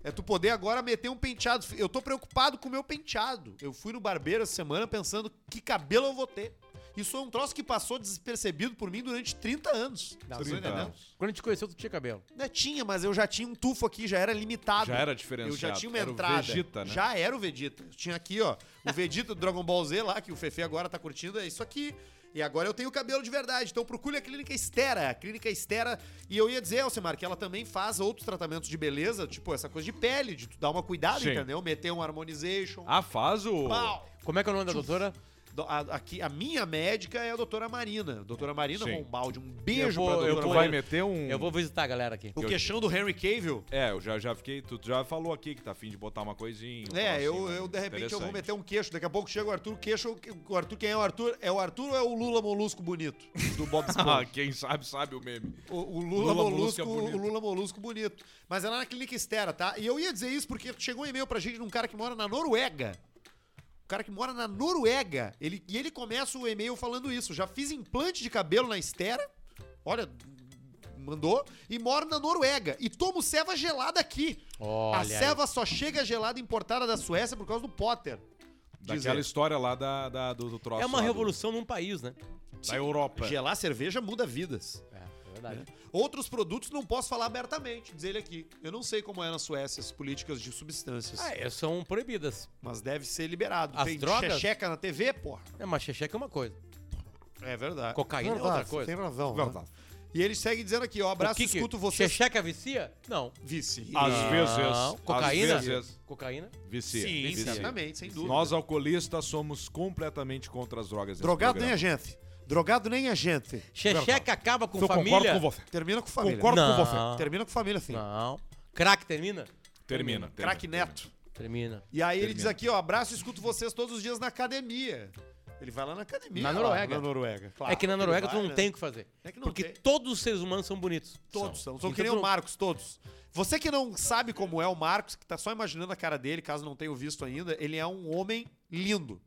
S1: É tu poder agora meter um penteado. Eu tô preocupado com o meu penteado. Eu fui no barbeiro essa semana pensando que cabelo eu vou ter. Isso é um troço que passou despercebido por mim durante 30 anos.
S3: Não,
S1: Vocês estão
S2: 30
S1: entendendo?
S2: anos.
S3: Quando a gente conheceu, tu tinha cabelo.
S1: Né, tinha, mas eu já tinha um tufo aqui, já era limitado.
S2: Já era diferenciado.
S1: Eu já tinha uma
S2: Era o
S1: entrada.
S2: Vegeta, né?
S1: Já era o Vegeta. Eu tinha aqui, ó, o Vegeta do Dragon Ball Z lá, que o Fefe agora tá curtindo, é isso aqui. E agora eu tenho cabelo de verdade. Então procure a Clínica Estera. A Clínica Estera. E eu ia dizer, Alcimar, que ela também faz outros tratamentos de beleza, tipo essa coisa de pele, de tu dar uma cuidada,
S2: Sim.
S1: entendeu? Meter um harmonization.
S2: Ah, faz o...
S1: Pau.
S3: Como é que é o nome da doutora?
S1: Do- a- Aqui, a minha médica é a doutora Marina. Doutora Marina
S2: Sim.
S1: Rombaldi. Um
S3: Eu
S1: beijo
S3: vou-
S1: pra
S2: Eu
S1: doutora
S2: tu vai
S1: Marina.
S2: meter um...
S3: Eu vou visitar a galera aqui.
S1: O queixão do Henry Cavill
S2: É, eu já, já fiquei... Tu já falou aqui que tá afim de botar uma coisinha. um
S1: É, eu,
S2: trocinho,
S1: eu de repente eu vou
S2: interessante.
S1: meter um queixo. Daqui a pouco chega o Arthur, queixo. O Arthur, quem é o Arthur? É o Arthur ou é o Lula Molusco bonito? Do Bob
S2: Ah,
S1: Esponja.
S2: quem sabe, sabe o meme.
S1: o, o Lula,
S2: Lula Molusco
S1: Molusco,
S2: é bonito.
S1: o Lula Molusco bonito. Mas é lá na clínica Estera, tá? E eu ia dizer isso porque chegou um e-mail pra gente de um cara que mora na Noruega. Um cara que mora na Noruega. Ele, e ele começa o e-mail falando isso. Já fiz implante de cabelo na Estera. Olha, mandou. E moro na Noruega. E tomo ceva gelada aqui.
S3: Olha
S1: a
S3: aí. É
S1: ceva só chega gelada importada da Suécia por causa do Potter. Diz
S2: Daquela
S1: ele.
S2: história lá da, da- do, do troço.
S3: É uma
S2: lá do-
S3: revolução num país, né?
S2: Da Europa.
S1: Gelar cerveja muda vidas.
S3: É, é verdade.
S1: Outros produtos não posso falar abertamente, diz ele aqui. Eu não sei como é na Suécia as políticas de substâncias,
S3: Ah, é, são proibidas.
S1: mas deve ser liberado.
S3: As
S1: Tem
S3: drogas?
S1: checheca na TV, porra.
S3: É, mas xexeca é uma coisa.
S1: É verdade.
S3: Cocaína é
S1: Verdade,
S3: outra coisa.
S1: ah, Tem razão.
S2: Verdade.
S1: né? E ele segue dizendo aqui, ó, abraço, escuto você.
S3: Xexeca vicia? Não.
S1: Vice.
S3: Ah,
S2: Às vezes.
S3: Não. Cocaína?
S2: Às vezes.
S3: Cocaína?
S2: Vicia.
S1: Sim,
S2: vicia.
S1: certamente, sem dúvida.
S2: Nós alcoolistas somos completamente contra as drogas. nesse
S1: Drogado nem é
S2: programa.
S1: a gente. Drogado nem a gente.
S3: Xexeca acaba com
S2: Eu
S3: família?
S2: concordo com você.
S1: Termina com família.
S2: Concordo
S3: Não.
S2: com você.
S1: Termina com família, sim.
S3: Não. Crack termina?
S2: Termina. termina.
S1: Craque Neto.
S3: Termina.
S1: E aí ele diz aqui, ó, abraço, escuto vocês todos os dias na academia. Ele vai lá na academia.
S3: Na
S1: lá,
S3: Noruega.
S1: na Noruega, claro.
S3: é que na
S1: Ele
S3: Noruega
S1: vai,
S3: tu não
S1: né?
S3: tem o que fazer.
S1: É que não
S3: porque
S1: tem.
S3: todos os seres humanos são bonitos.
S1: Todos são. São
S3: Então
S1: que nem
S3: tu
S1: o
S3: não-
S1: Marcos, todos. Você que não sabe como é o Marcos, que tá só imaginando a cara dele, caso não tenha o visto ainda, ele é um homem lindo.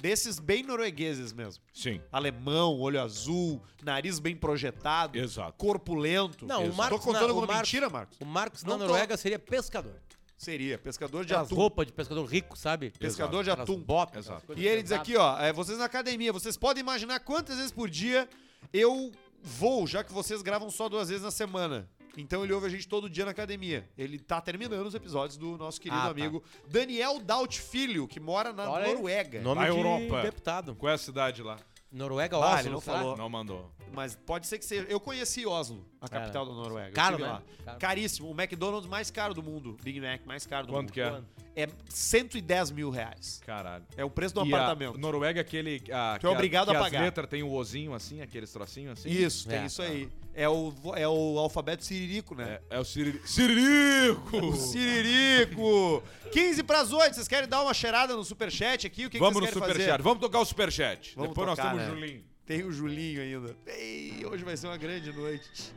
S1: Desses bem noruegueses mesmo.
S2: Sim.
S1: Alemão, olho azul, nariz bem projetado,
S2: Exato.
S1: corpulento.
S3: Não, o Marcos
S1: Tô contando
S3: na- o
S1: alguma
S3: Marcos-
S1: mentira, Marcos?
S3: O Marcos na
S1: Não tô.
S3: Noruega seria pescador.
S1: Seria, pescador de
S3: Aquelas
S1: atum.
S3: roupas de pescador rico, sabe?
S1: Pescador de
S3: Aquelas
S1: atum.
S3: botas,
S2: Exato.
S3: aquelas coisas
S1: E ele diz
S3: pesadas.
S1: aqui, ó, é, vocês na academia, vocês podem imaginar quantas vezes por dia eu vou, já que vocês gravam só duas vezes na semana. Então ele ouve a gente todo dia na academia. Ele tá terminando os episódios do nosso querido
S3: Ah, tá.
S1: amigo Daniel Daut Filho, que mora na
S3: Olha aí.
S1: Noruega.
S3: Nome
S2: Da
S3: de
S2: Europa.
S3: deputado.
S2: Qual é a cidade lá?
S3: É. Noruega,
S1: Ah,
S3: Oslo,
S1: ele não
S3: será?
S1: falou.
S2: Não mandou.
S1: Mas pode ser que seja. Eu conheci Oslo, a
S3: Cara,
S1: capital da Noruega. Eu
S3: É. caro,
S1: estive
S3: né? Caro.
S1: Caríssimo. O McDonald's mais caro do mundo. Big Mac mais caro do
S2: Quanto
S1: mundo.
S2: que é?
S1: é? É 110 mil reais.
S2: Caralho.
S1: É o preço do
S2: E a
S1: apartamento.
S2: Noruega, é aquele. A,
S1: Tu é obrigado
S2: que
S1: a
S2: as
S1: pagar.
S2: letras tem o ozinho assim, aqueles trocinhos assim.
S1: Isso, tem
S3: É,
S1: isso aí. É o, é o alfabeto ciririco, né?
S2: É, é o Ciriri- Ciririco!
S1: Siririco! 15 pras 8, vocês querem dar uma cheirada no superchat aqui? O que, que
S2: vamos no
S1: vocês querem
S2: superchat,
S1: fazer?
S2: vamos tocar o superchat.
S1: Vamos
S2: Depois
S1: tocar,
S2: nós temos o
S1: né?
S2: Julinho.
S1: Tem o Julinho ainda. Ei, hoje vai ser uma grande noite.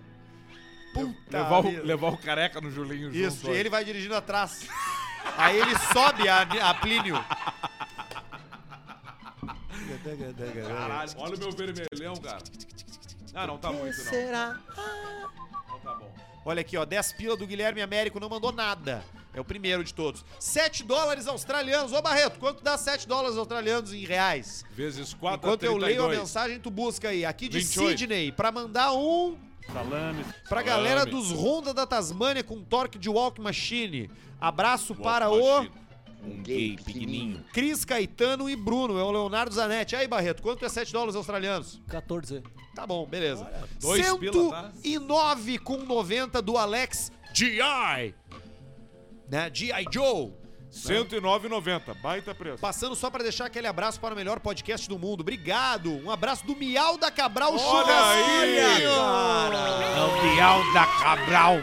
S1: Puta
S2: Levar o,
S1: vida.
S2: levar o careca no Julinho
S1: Tá Isso,
S2: junto.
S1: e ele vai dirigindo atrás. Aí ele sobe a, a Plínio.
S2: Caralho, olha o meu vermelhão, cara. Ah, não tá muito, não.
S3: Será?
S2: Não tá bom.
S1: Olha aqui, ó, 10 pila do Guilherme Américo, não mandou nada. É o primeiro de todos. 7 dólares australianos. Ô, Barreto, quanto dá 7 dólares australianos em reais?
S2: Vezes 4
S1: Enquanto eu leio a
S2: 32.
S1: mensagem, tu busca aí. Aqui de
S2: 28.
S1: Sydney, pra mandar um
S8: Salame.
S1: pra galera dos Honda da Tasmânia com torque de walk machine. Abraço para o Né?
S2: Um gay pequenininho.
S1: Cris Caetano e Bruno. É o Leonardo Zanetti. Aí, Barreto, quanto é 7 dólares australianos?
S6: 14.
S1: Tá bom, beleza.
S2: dois pila, tá?
S1: 109 com 90 do Alex G.I. Né? G.I. Joe.
S2: 109,90. Baita preço.
S1: Passando só pra deixar aquele abraço para o melhor podcast do mundo. Obrigado. Um abraço do Miau da Cabral
S2: Olha aí!
S1: Churrasquinho.
S5: Bial da Cabral.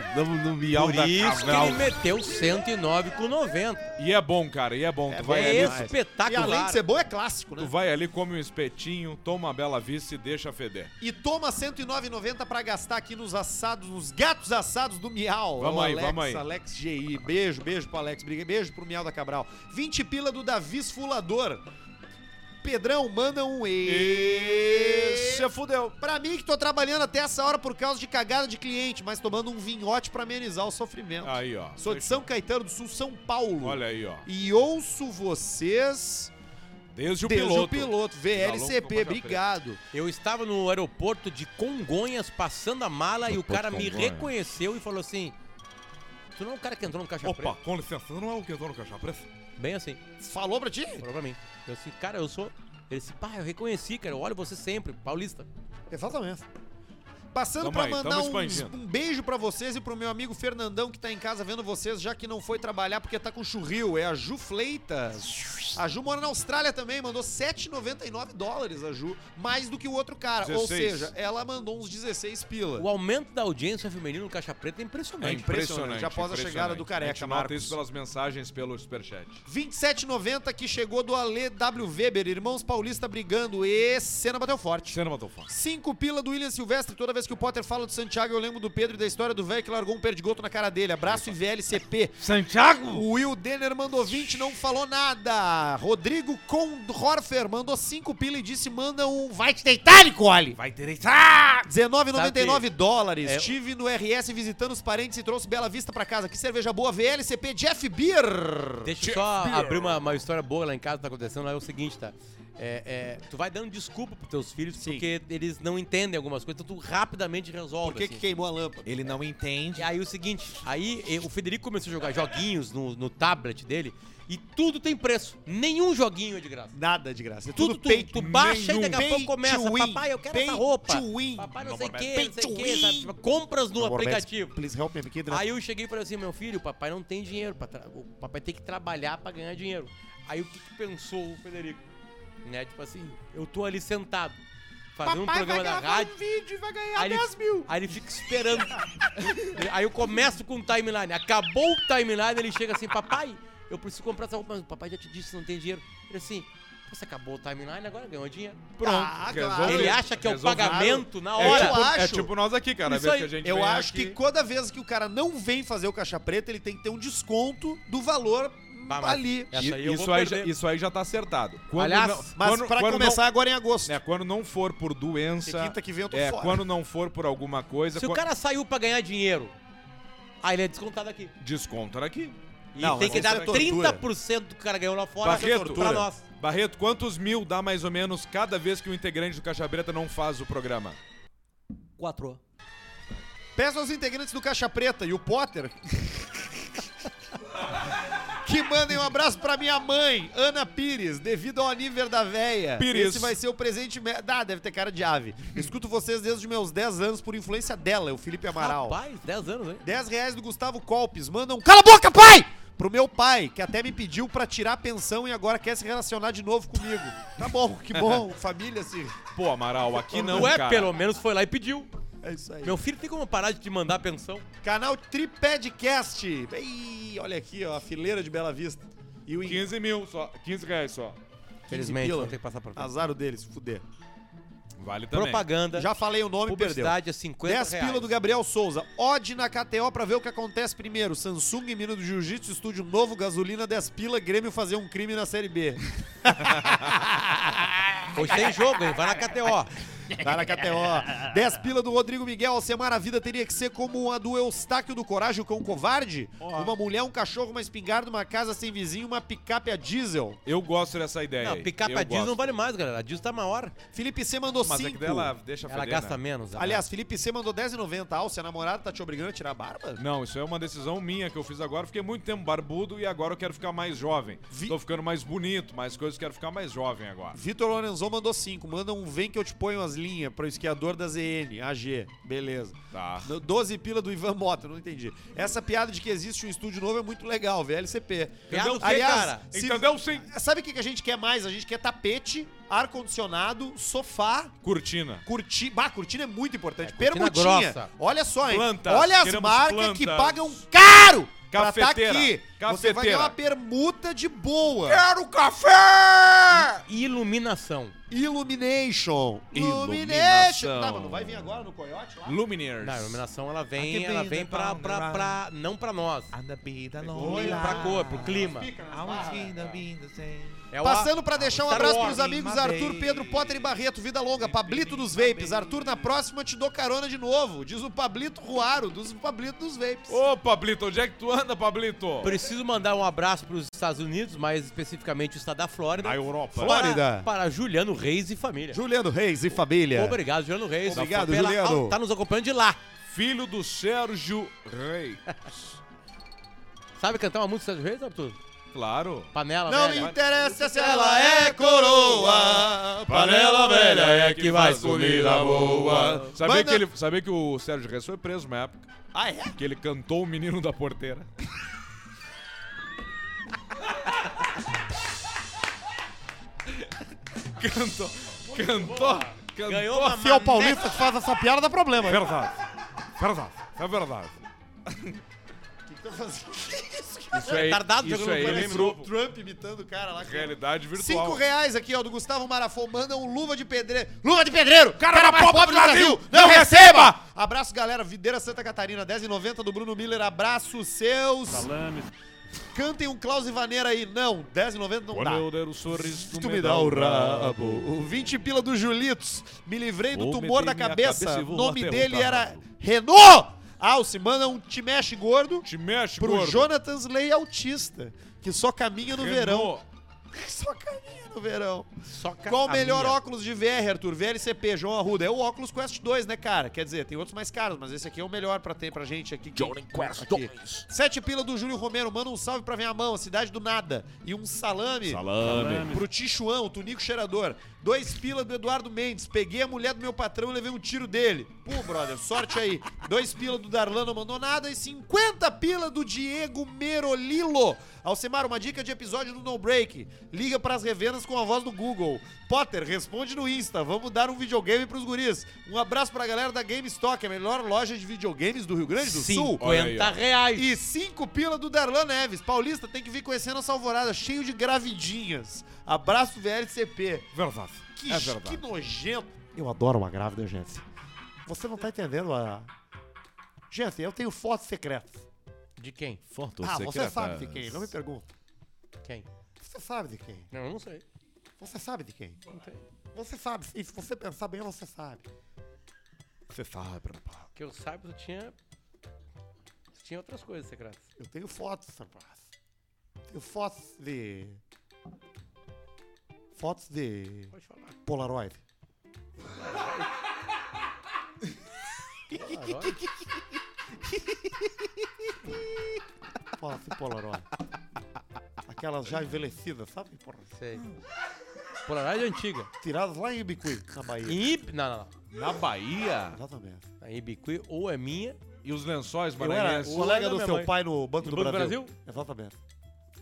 S2: No miau
S3: Por isso que ele meteu 109 com 90.
S2: E é bom, cara. E é bom. tu, vai
S3: É
S2: ali,
S1: E além
S3: espetacular.
S1: de ser bom, é clássico,
S2: Tá tu
S1: né?
S2: vai ali, come um espetinho, toma uma bela vista e deixa feder.
S1: E toma 109,90 pra gastar aqui nos assados, nos gatos assados do Miau.
S2: Vamos
S1: É o
S2: aí,
S1: Alex,
S2: vamos aí.
S1: Alex GI. Beijo, beijo pro Alex. briga- Beijo pro Miau da Cabral. 20 pila do Davi Esfulador. Pedrão, manda um e.
S2: Se fudeu.
S1: Pra mim que tô trabalhando até essa hora por causa de cagada de cliente, mas tomando um vinhote pra amenizar o sofrimento.
S2: Aí, ó.
S1: Sou de São Caetano do Sul, São Paulo.
S2: Olha aí, ó.
S1: E ouço vocês
S2: Desde o
S1: desde
S2: piloto. Tá
S1: o piloto,
S2: Alonso Copa
S1: VLCP,
S2: Preta.
S1: obrigado.
S3: Eu estava no aeroporto de Congonhas passando a mala e o cara me
S2: Congonhas.
S3: reconheceu e falou assim: Tu não é o cara que entrou no caixa
S2: Opa,
S3: preto?
S2: com licença, não é o que entrou no caixa preto?
S3: Bem assim,
S1: Falou pra ti?
S3: falou pra mim. Eu assim, cara, eu sou. Ele disse, pá, eu reconheci, cara, eu olho você sempre, paulista.
S1: Exatamente. Passando
S2: Tamo
S1: pra
S2: aí,
S1: mandar
S2: tamo
S1: um,
S2: expandindo.
S1: um beijo pra vocês e pro meu amigo Fernandão que tá em casa vendo vocês, já que não foi trabalhar porque tá com churril. É a Ju Fleitas. A Ju mora na Austrália também, mandou 7,99 dólares a Ju, mais do que o outro cara. Ou
S2: 16.
S1: seja, ela mandou uns 16 pila.
S3: O aumento da audiência feminina no caixa preto é
S2: É
S3: impressionante.
S2: impressionante.
S1: impressionante, após a
S2: impressionante.
S1: chegada do Careca,
S2: A gente nota
S1: Marcos.
S2: isso pelas mensagens pelo superchat.
S1: 27,90 que chegou do Ale W. Weber, Irmãos Paulista brigando e cena bateu forte.
S2: Você não matou fã.
S1: Cinco pila do William Silvestre. Toda vez que o Potter fala do Santiago, eu lembro do Pedro e da história do velho que largou um perdigoto na cara dele. Abraço e VLCP.
S5: Santiago?
S1: O Will Denner mandou 20, não falou nada. Rodrigo Kondorfer mandou 5 pila e disse: manda um. Vai te deitar, Nicole!
S5: Vai direitar.
S3: Sabe
S1: 19,99 dólares.
S3: é-
S1: Estive no RS visitando os parentes e trouxe Bela Vista pra casa. Que cerveja boa, VLCP Jeff Beer.
S3: Deixa eu só abrir uma, uma história boa lá em casa, tá acontecendo, lá é o seguinte, tá? É, é, tu vai dando desculpa pros teus filhos
S1: Sim.
S3: porque eles não entendem algumas coisas, então tu rapidamente resolve.
S1: Por que,
S3: assim.
S1: que queimou a lâmpada?
S5: Ele não entende.
S3: E aí o seguinte, aí eh, o Federico começou a jogar joguinhos no, no tablet dele e tudo tem preço. Nenhum joguinho é de graça.
S1: Nada de graça. É
S3: Tudo,
S1: tudo,
S3: tu,
S1: pay
S3: tu baixa
S1: nenhum.
S3: e daqui a
S1: Pay
S3: pouco
S1: to
S3: começa.
S1: win.
S3: Papai, eu quero
S1: Pay
S3: essa roupa.
S1: to win.
S3: Papai, não sei o que,
S1: Pay
S3: não sei
S1: to
S3: o que.
S1: win.
S3: sabe? tipo, Compras no
S1: Norberto,
S3: aplicativo.
S1: Please help me aqui,
S3: Aí eu cheguei e falei assim, meu filho, o papai não tem dinheiro, pra tra- o papai tem que trabalhar pra ganhar dinheiro. Aí o que, que pensou o Federico? Né, tipo assim, eu tô ali sentado, fazendo um programa da rádio.
S1: vídeo vai ganhar
S3: Aí ele- Aí ele fica esperando. aí eu começo com o timeline. Acabou o timeline, ele chega assim, papai, eu preciso comprar essa roupa. Mas o papai já te disse, não tem dinheiro. Ele assim, você acabou o timeline, agora ganhou dinheiro. Pronto.
S1: Ah, claro.
S3: ele acha que é o
S2: Resolvido.
S3: pagamento na
S2: É
S3: hora.
S2: tipo, é
S1: acho-
S2: tipo nós aqui, cara. A
S3: Isso
S2: vez
S3: aí.
S2: que a gente
S1: Eu
S2: vem
S1: acho
S2: aqui-
S1: que toda vez que o cara não vem fazer o caixa preta, ele tem que ter um desconto do valor
S3: Bah, mas-
S1: ali.
S3: Essa
S2: I-
S3: aí eu
S2: isso,
S3: vou
S2: aí já,
S3: perder.
S2: isso aí já tá acertado. Quando
S3: Aliás,
S2: não-
S1: Mas
S2: quando-
S1: pra
S2: quando
S1: começar agora em agosto.
S2: não, é, quando não for por
S1: Porque
S2: doença,
S1: Quinta que vem eu tô
S2: é,
S1: fora.
S2: quando não for por alguma coisa,
S3: Se o
S2: quan-
S3: cara saiu pra ganhar dinheiro, aí ele é descontado aqui.
S2: desconta aqui.
S3: E
S1: Não,
S3: tem que
S1: mas isso
S3: dar
S1: é tortura.
S3: 30% do que o cara ganhou lá fora
S2: Barreto,
S3: pra nós.
S2: Barreto, quantos mil dá mais ou menos cada vez que o integrante do Caixa Preta não faz o programa?
S6: 4.
S1: Peço aos integrantes do Caixa Preta e o Potter que mandem um abraço pra minha mãe, Ana Pires, devido ao aniversário da véia.
S2: Pires.
S1: Esse vai ser o presente... Me... Ah, deve ter cara de ave. Escuto vocês desde os meus 10 anos por influência dela, é o Felipe Amaral.
S3: Rapaz, 10 anos, hein?
S1: 10 reais do Gustavo Colpes. Manda um cala a boca, pai! Pro meu pai, que até me pediu pra tirar a pensão e agora quer se relacionar de novo comigo. Tá bom, que bom. Família, assim.
S2: Pô, Amaral, aqui não,
S3: Ué,
S2: cara.
S3: é pelo menos foi lá e pediu.
S1: É isso aí.
S3: Meu filho tem como parar de te mandar pensão?
S1: Canal Tripadcast. Ih, olha aqui, ó, a fileira de Bela Vista. E o
S2: 15 mil só, 15 reais só.
S3: Felizmente,
S1: pila.
S3: não tem que passar por frente.
S1: Azaro deles, fuder.
S2: Vale também.
S3: Propaganda,
S1: Já falei o nome e perdeu.
S3: publicidade é 50
S1: 10
S3: reais.
S1: pila do Gabriel Souza. Odd na KTO pra ver o que acontece primeiro. Samsung, Mina do Jiu-Jitsu, Estúdio Novo, Gasolina, 10 pila, Grêmio fazer um crime na Série B.
S3: Hoje tem jogo, hein? Vai na KTO.
S1: Vai na KTO. 10 pila do Rodrigo Miguel. Alcemar, a vida teria que ser como a do Eustáquio do Coragem, o Cão Covarde? Uma mulher, um cachorro, uma espingarda, uma casa sem vizinho, uma picape a diesel.
S2: Eu gosto dessa ideia.
S3: Não,
S2: aí.
S3: picar
S2: Eu
S3: pra Diz não
S2: gosto.
S3: vale mais, galera. A Diz tá maior.
S1: Felipe C mandou
S2: Mas é
S1: 5.
S2: que dela deixa
S3: Ela
S2: feder,
S3: gasta
S2: né?
S3: menos. a-
S1: Aliás, Felipe C mandou 10,90. Ah, se a namorada tá te obrigando a tirar a barba?
S2: Não, isso é uma decisão minha que eu fiz agora. Fiquei muito tempo barbudo e agora eu quero ficar mais jovem.
S1: Vi-
S2: Tô ficando mais bonito, mais coisas, quero ficar mais jovem agora.
S1: Vitor Lorenzon mandou 5. Manda um vem que eu te ponho as linhas para o esquiador da ZN, AG. Beleza.
S2: Tá.
S1: No- 12 pila do Ivan Mota, não entendi. Essa piada de que existe um estúdio novo é muito legal, VLCP.
S3: Piada o quê,
S1: Aliás,
S3: cara?
S1: se-
S2: Entendeu sim?
S1: sabe o que que a gente quer mais? A gente quer tapete, ar-condicionado, sofá,
S2: Cortina.
S1: curti... bah, cortina é muito importante.
S3: cortina
S1: Permutinha.
S3: grossa.
S1: Olha só, hein?
S2: Plantas,
S1: Olha as
S2: queremos
S1: marcas
S2: plantas.
S1: que pagam caro pra tá
S2: Cafeteira,
S1: aqui. Você vai ganhar
S2: cafeteira.
S1: uma permuta de boa.
S3: Iluminação.
S1: Illumination. Illumination.
S2: Iluminação.
S1: Tá, mas não vai vir agora no Coyote lá?
S2: Lumineers.
S3: Não, a iluminação ela
S5: I
S3: vem,
S5: can
S3: ela
S5: be
S3: vem
S5: the
S3: pra,
S5: town
S3: pra,
S5: around.
S3: pra- não pra nós.
S5: And the be the
S1: Oi,
S5: lonely
S1: lá.
S3: Pra cor, pro clima.
S5: I was gonna be the same.
S3: É o
S1: Passando
S3: ar-
S1: pra deixar um
S3: Star
S1: abraço
S3: Wars.
S1: pros amigos Arthur,
S5: Baby.
S1: Pedro, Potter e Barreto. Vida longa, Pablito dos Vapes. Arthur, na próxima te dou carona de novo. Diz o Pablito Ruaro, dos Pablito dos Vapes.
S2: Ô, Pablito, onde é que tu anda, Pablito?
S3: Preciso mandar um abraço pros Estados Unidos, mais especificamente o estado da Flórida.
S2: Na Europa.
S1: Fló- Flórida.
S3: Para, para Juliano Reis e família.
S1: Juliano Reis e família.
S3: Obrigado, Juliano Reis.
S1: Obrigado,
S3: Pela-
S1: Juliano.
S3: Tá nos acompanhando de lá.
S2: Filho do Sérgio Rei.
S3: Sabe cantar uma música do Sérgio Reis, Arthur?
S2: Claro.
S3: Panela,
S1: Não me
S3: velha.
S1: interessa se ela é coroa.
S2: Panela velha é que
S3: faz
S2: comida boa. Sabia,
S1: Manda-
S2: que ele, sabia que o Sérgio Reis foi preso na época?
S1: Ah, é?
S2: Que ele cantou o menino da porteira. cantou, cantou, cantou.
S3: Ganhou uma
S1: Se é o Paulista que faz essa piada, dá problema.
S2: Verdade, verdade, é verdade. Isso é,
S3: Retardado
S2: isso
S3: jogando
S2: é
S3: bola
S2: ele
S3: de
S2: pro
S1: Trump imitando o cara lá.
S2: realidade virtual.
S1: Cinco reais aqui, ó, do Gustavo Marafon. Manda um luva de pedreiro. Luva de pedreiro! Cara, mais
S2: pobre do Brasil, não receba!
S1: Abraço, galera. Videira Santa Catarina, 10,90 do Bruno Miller. Abraço, seus. Salames. Cantem um Klaus e Vaneira aí. Não, 10,90 não
S2: Quando eu
S1: dá.
S2: der o sorriso,
S1: Tu me dá é o rabo. O 20 pila do Julitos. Me livrei do
S2: Vou
S1: tumor da
S2: meter minha
S1: cabeça.
S2: cabeça e
S1: O
S2: vou
S1: nome
S2: até
S1: dele
S2: voltar
S1: era
S2: rápido.
S1: Renault. Alce, manda um te mexe gordo
S2: Te mexe,
S1: pro
S2: gordo.
S1: Jonathans Lei Autista, que só caminha no
S2: Renault.
S1: verão. Só caminha no verão.
S3: Só ca-
S1: Qual o
S3: a
S1: melhor
S3: minha.
S1: óculos de VR, Arthur? VLCP, João Arruda. É o Oculus Quest 2, né, cara? Quer dizer, tem outros mais caros, mas esse aqui é o melhor pra ter pra gente aqui. Johnny Quest 2. Sete pila do Júlio Romero. Manda um salve pra minha mão, a cidade do nada. E um salame,
S2: Salame.
S1: pro Tichuão, o Tunico Cheirador. Dois pila do Eduardo Mendes. Peguei a mulher do meu patrão e levei um tiro dele. Pô, brother, sorte aí. Dois pila do Darlan não mandou nada. E 50 pila do Diego Merolilo. Alcemar, uma dica de episódio do No Break. Liga pras revendas com a voz do Google. Potter, responde no Insta. Vamos dar um videogame pros guris. Um abraço pra galera da GameStop, a melhor loja de videogames do Rio Grande do Sul.
S3: 50 reais.
S1: E cinco pila do Darlan Neves. Paulista tem que vir conhecer nossa alvorada, cheio de gravidinhas. Abraço VLCP.
S2: Verdade.
S1: Que,
S2: é verdade.
S1: que nojento. Eu adoro uma grávida, gente. Você não tá entendendo a. Gente, eu tenho fotos secretas.
S3: De quem?
S1: ah, você sabe
S4: tá-
S1: de quem? Não me pergunta.
S3: Quem?
S1: Você sabe de quem?
S3: Não, eu não sei.
S1: Você sabe de quem? Você sabe. E se você pensar bem, você sabe. Você sabe, rapaz.
S3: Que eu saiba, tu tinha. Tu tinha outras coisas secretas.
S1: Eu tenho fotos, rapaz. Tenho fotos de. Fotos de.
S3: Pode falar.
S1: Polaroid. Fotos de Polaroid. Aquelas já envelhecidas, sabe? Porra?
S3: Sei. Polaroid é antiga.
S1: Tiradas lá em Ibicuí, na Bahia.
S3: Em Ib... Não, não, não.
S2: Na Bahia.
S1: Exatamente.
S3: A Ibiqui ou é minha.
S2: E os lençóis
S1: Eu era
S2: maranhenses.
S1: o
S3: o
S1: colega
S3: da
S1: do
S3: minha
S1: seu
S3: mãe.
S1: pai no Banco do
S3: No Banco do
S1: Brasil.
S3: Brasil?
S1: Exatamente.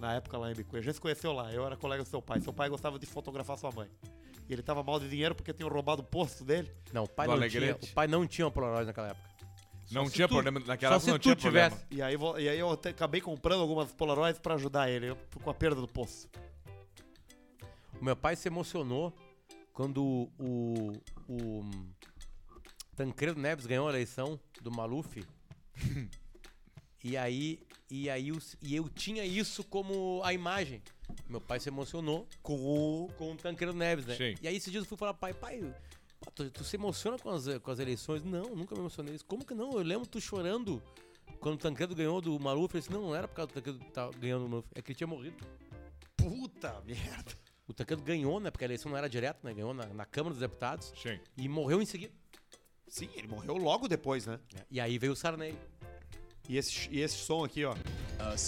S1: Na época lá em Bicuí. A gente se conheceu lá. Eu era colega do seu pai. Seu pai gostava de fotografar sua mãe. E ele tava mal de dinheiro porque tinham roubado o posto dele.
S3: Não, o pai
S2: Do
S3: não tinha.
S2: Alegrete.
S3: O pai não tinha uma Polaroid naquela época.
S2: Não tinha
S3: tu-
S2: problema. Naquela
S3: Só
S2: época
S3: se
S2: não
S3: tu
S2: tinha
S3: tivesse.
S2: problema.
S1: E aí, vo- e aí eu até acabei comprando algumas Polaroids pra ajudar ele eu- com a perda do posto.
S3: O meu pai se emocionou quando o, o, o hum, Tancredo Neves ganhou a eleição do Maluf. e aí, e aí eu, e eu tinha isso como a imagem. Meu pai se emocionou
S1: Com o.
S3: com o Tancredo Neves, né?
S2: Sim.
S3: E aí esses dias eu fui falar, pai, pai, tu, tu se emociona com as, com as eleições? Não, nunca me emocionei. Como que não? Eu lembro tu chorando quando o Tancredo ganhou do Maluf. Eu disse, não, não era por causa do Tancredo que tava ganhando do Maluf. É que ele tinha morrido.
S1: Puta merda.
S3: O Tancredo ganhou, né? Porque a eleição não era direta, né? Ganhou na, na Câmara dos Deputados
S2: Sim.
S3: e morreu em seguida.
S1: Sim, ele morreu logo depois, né?
S2: É.
S3: E aí veio o Sarney.
S1: E esse, e esse som aqui, ó.
S8: Uh,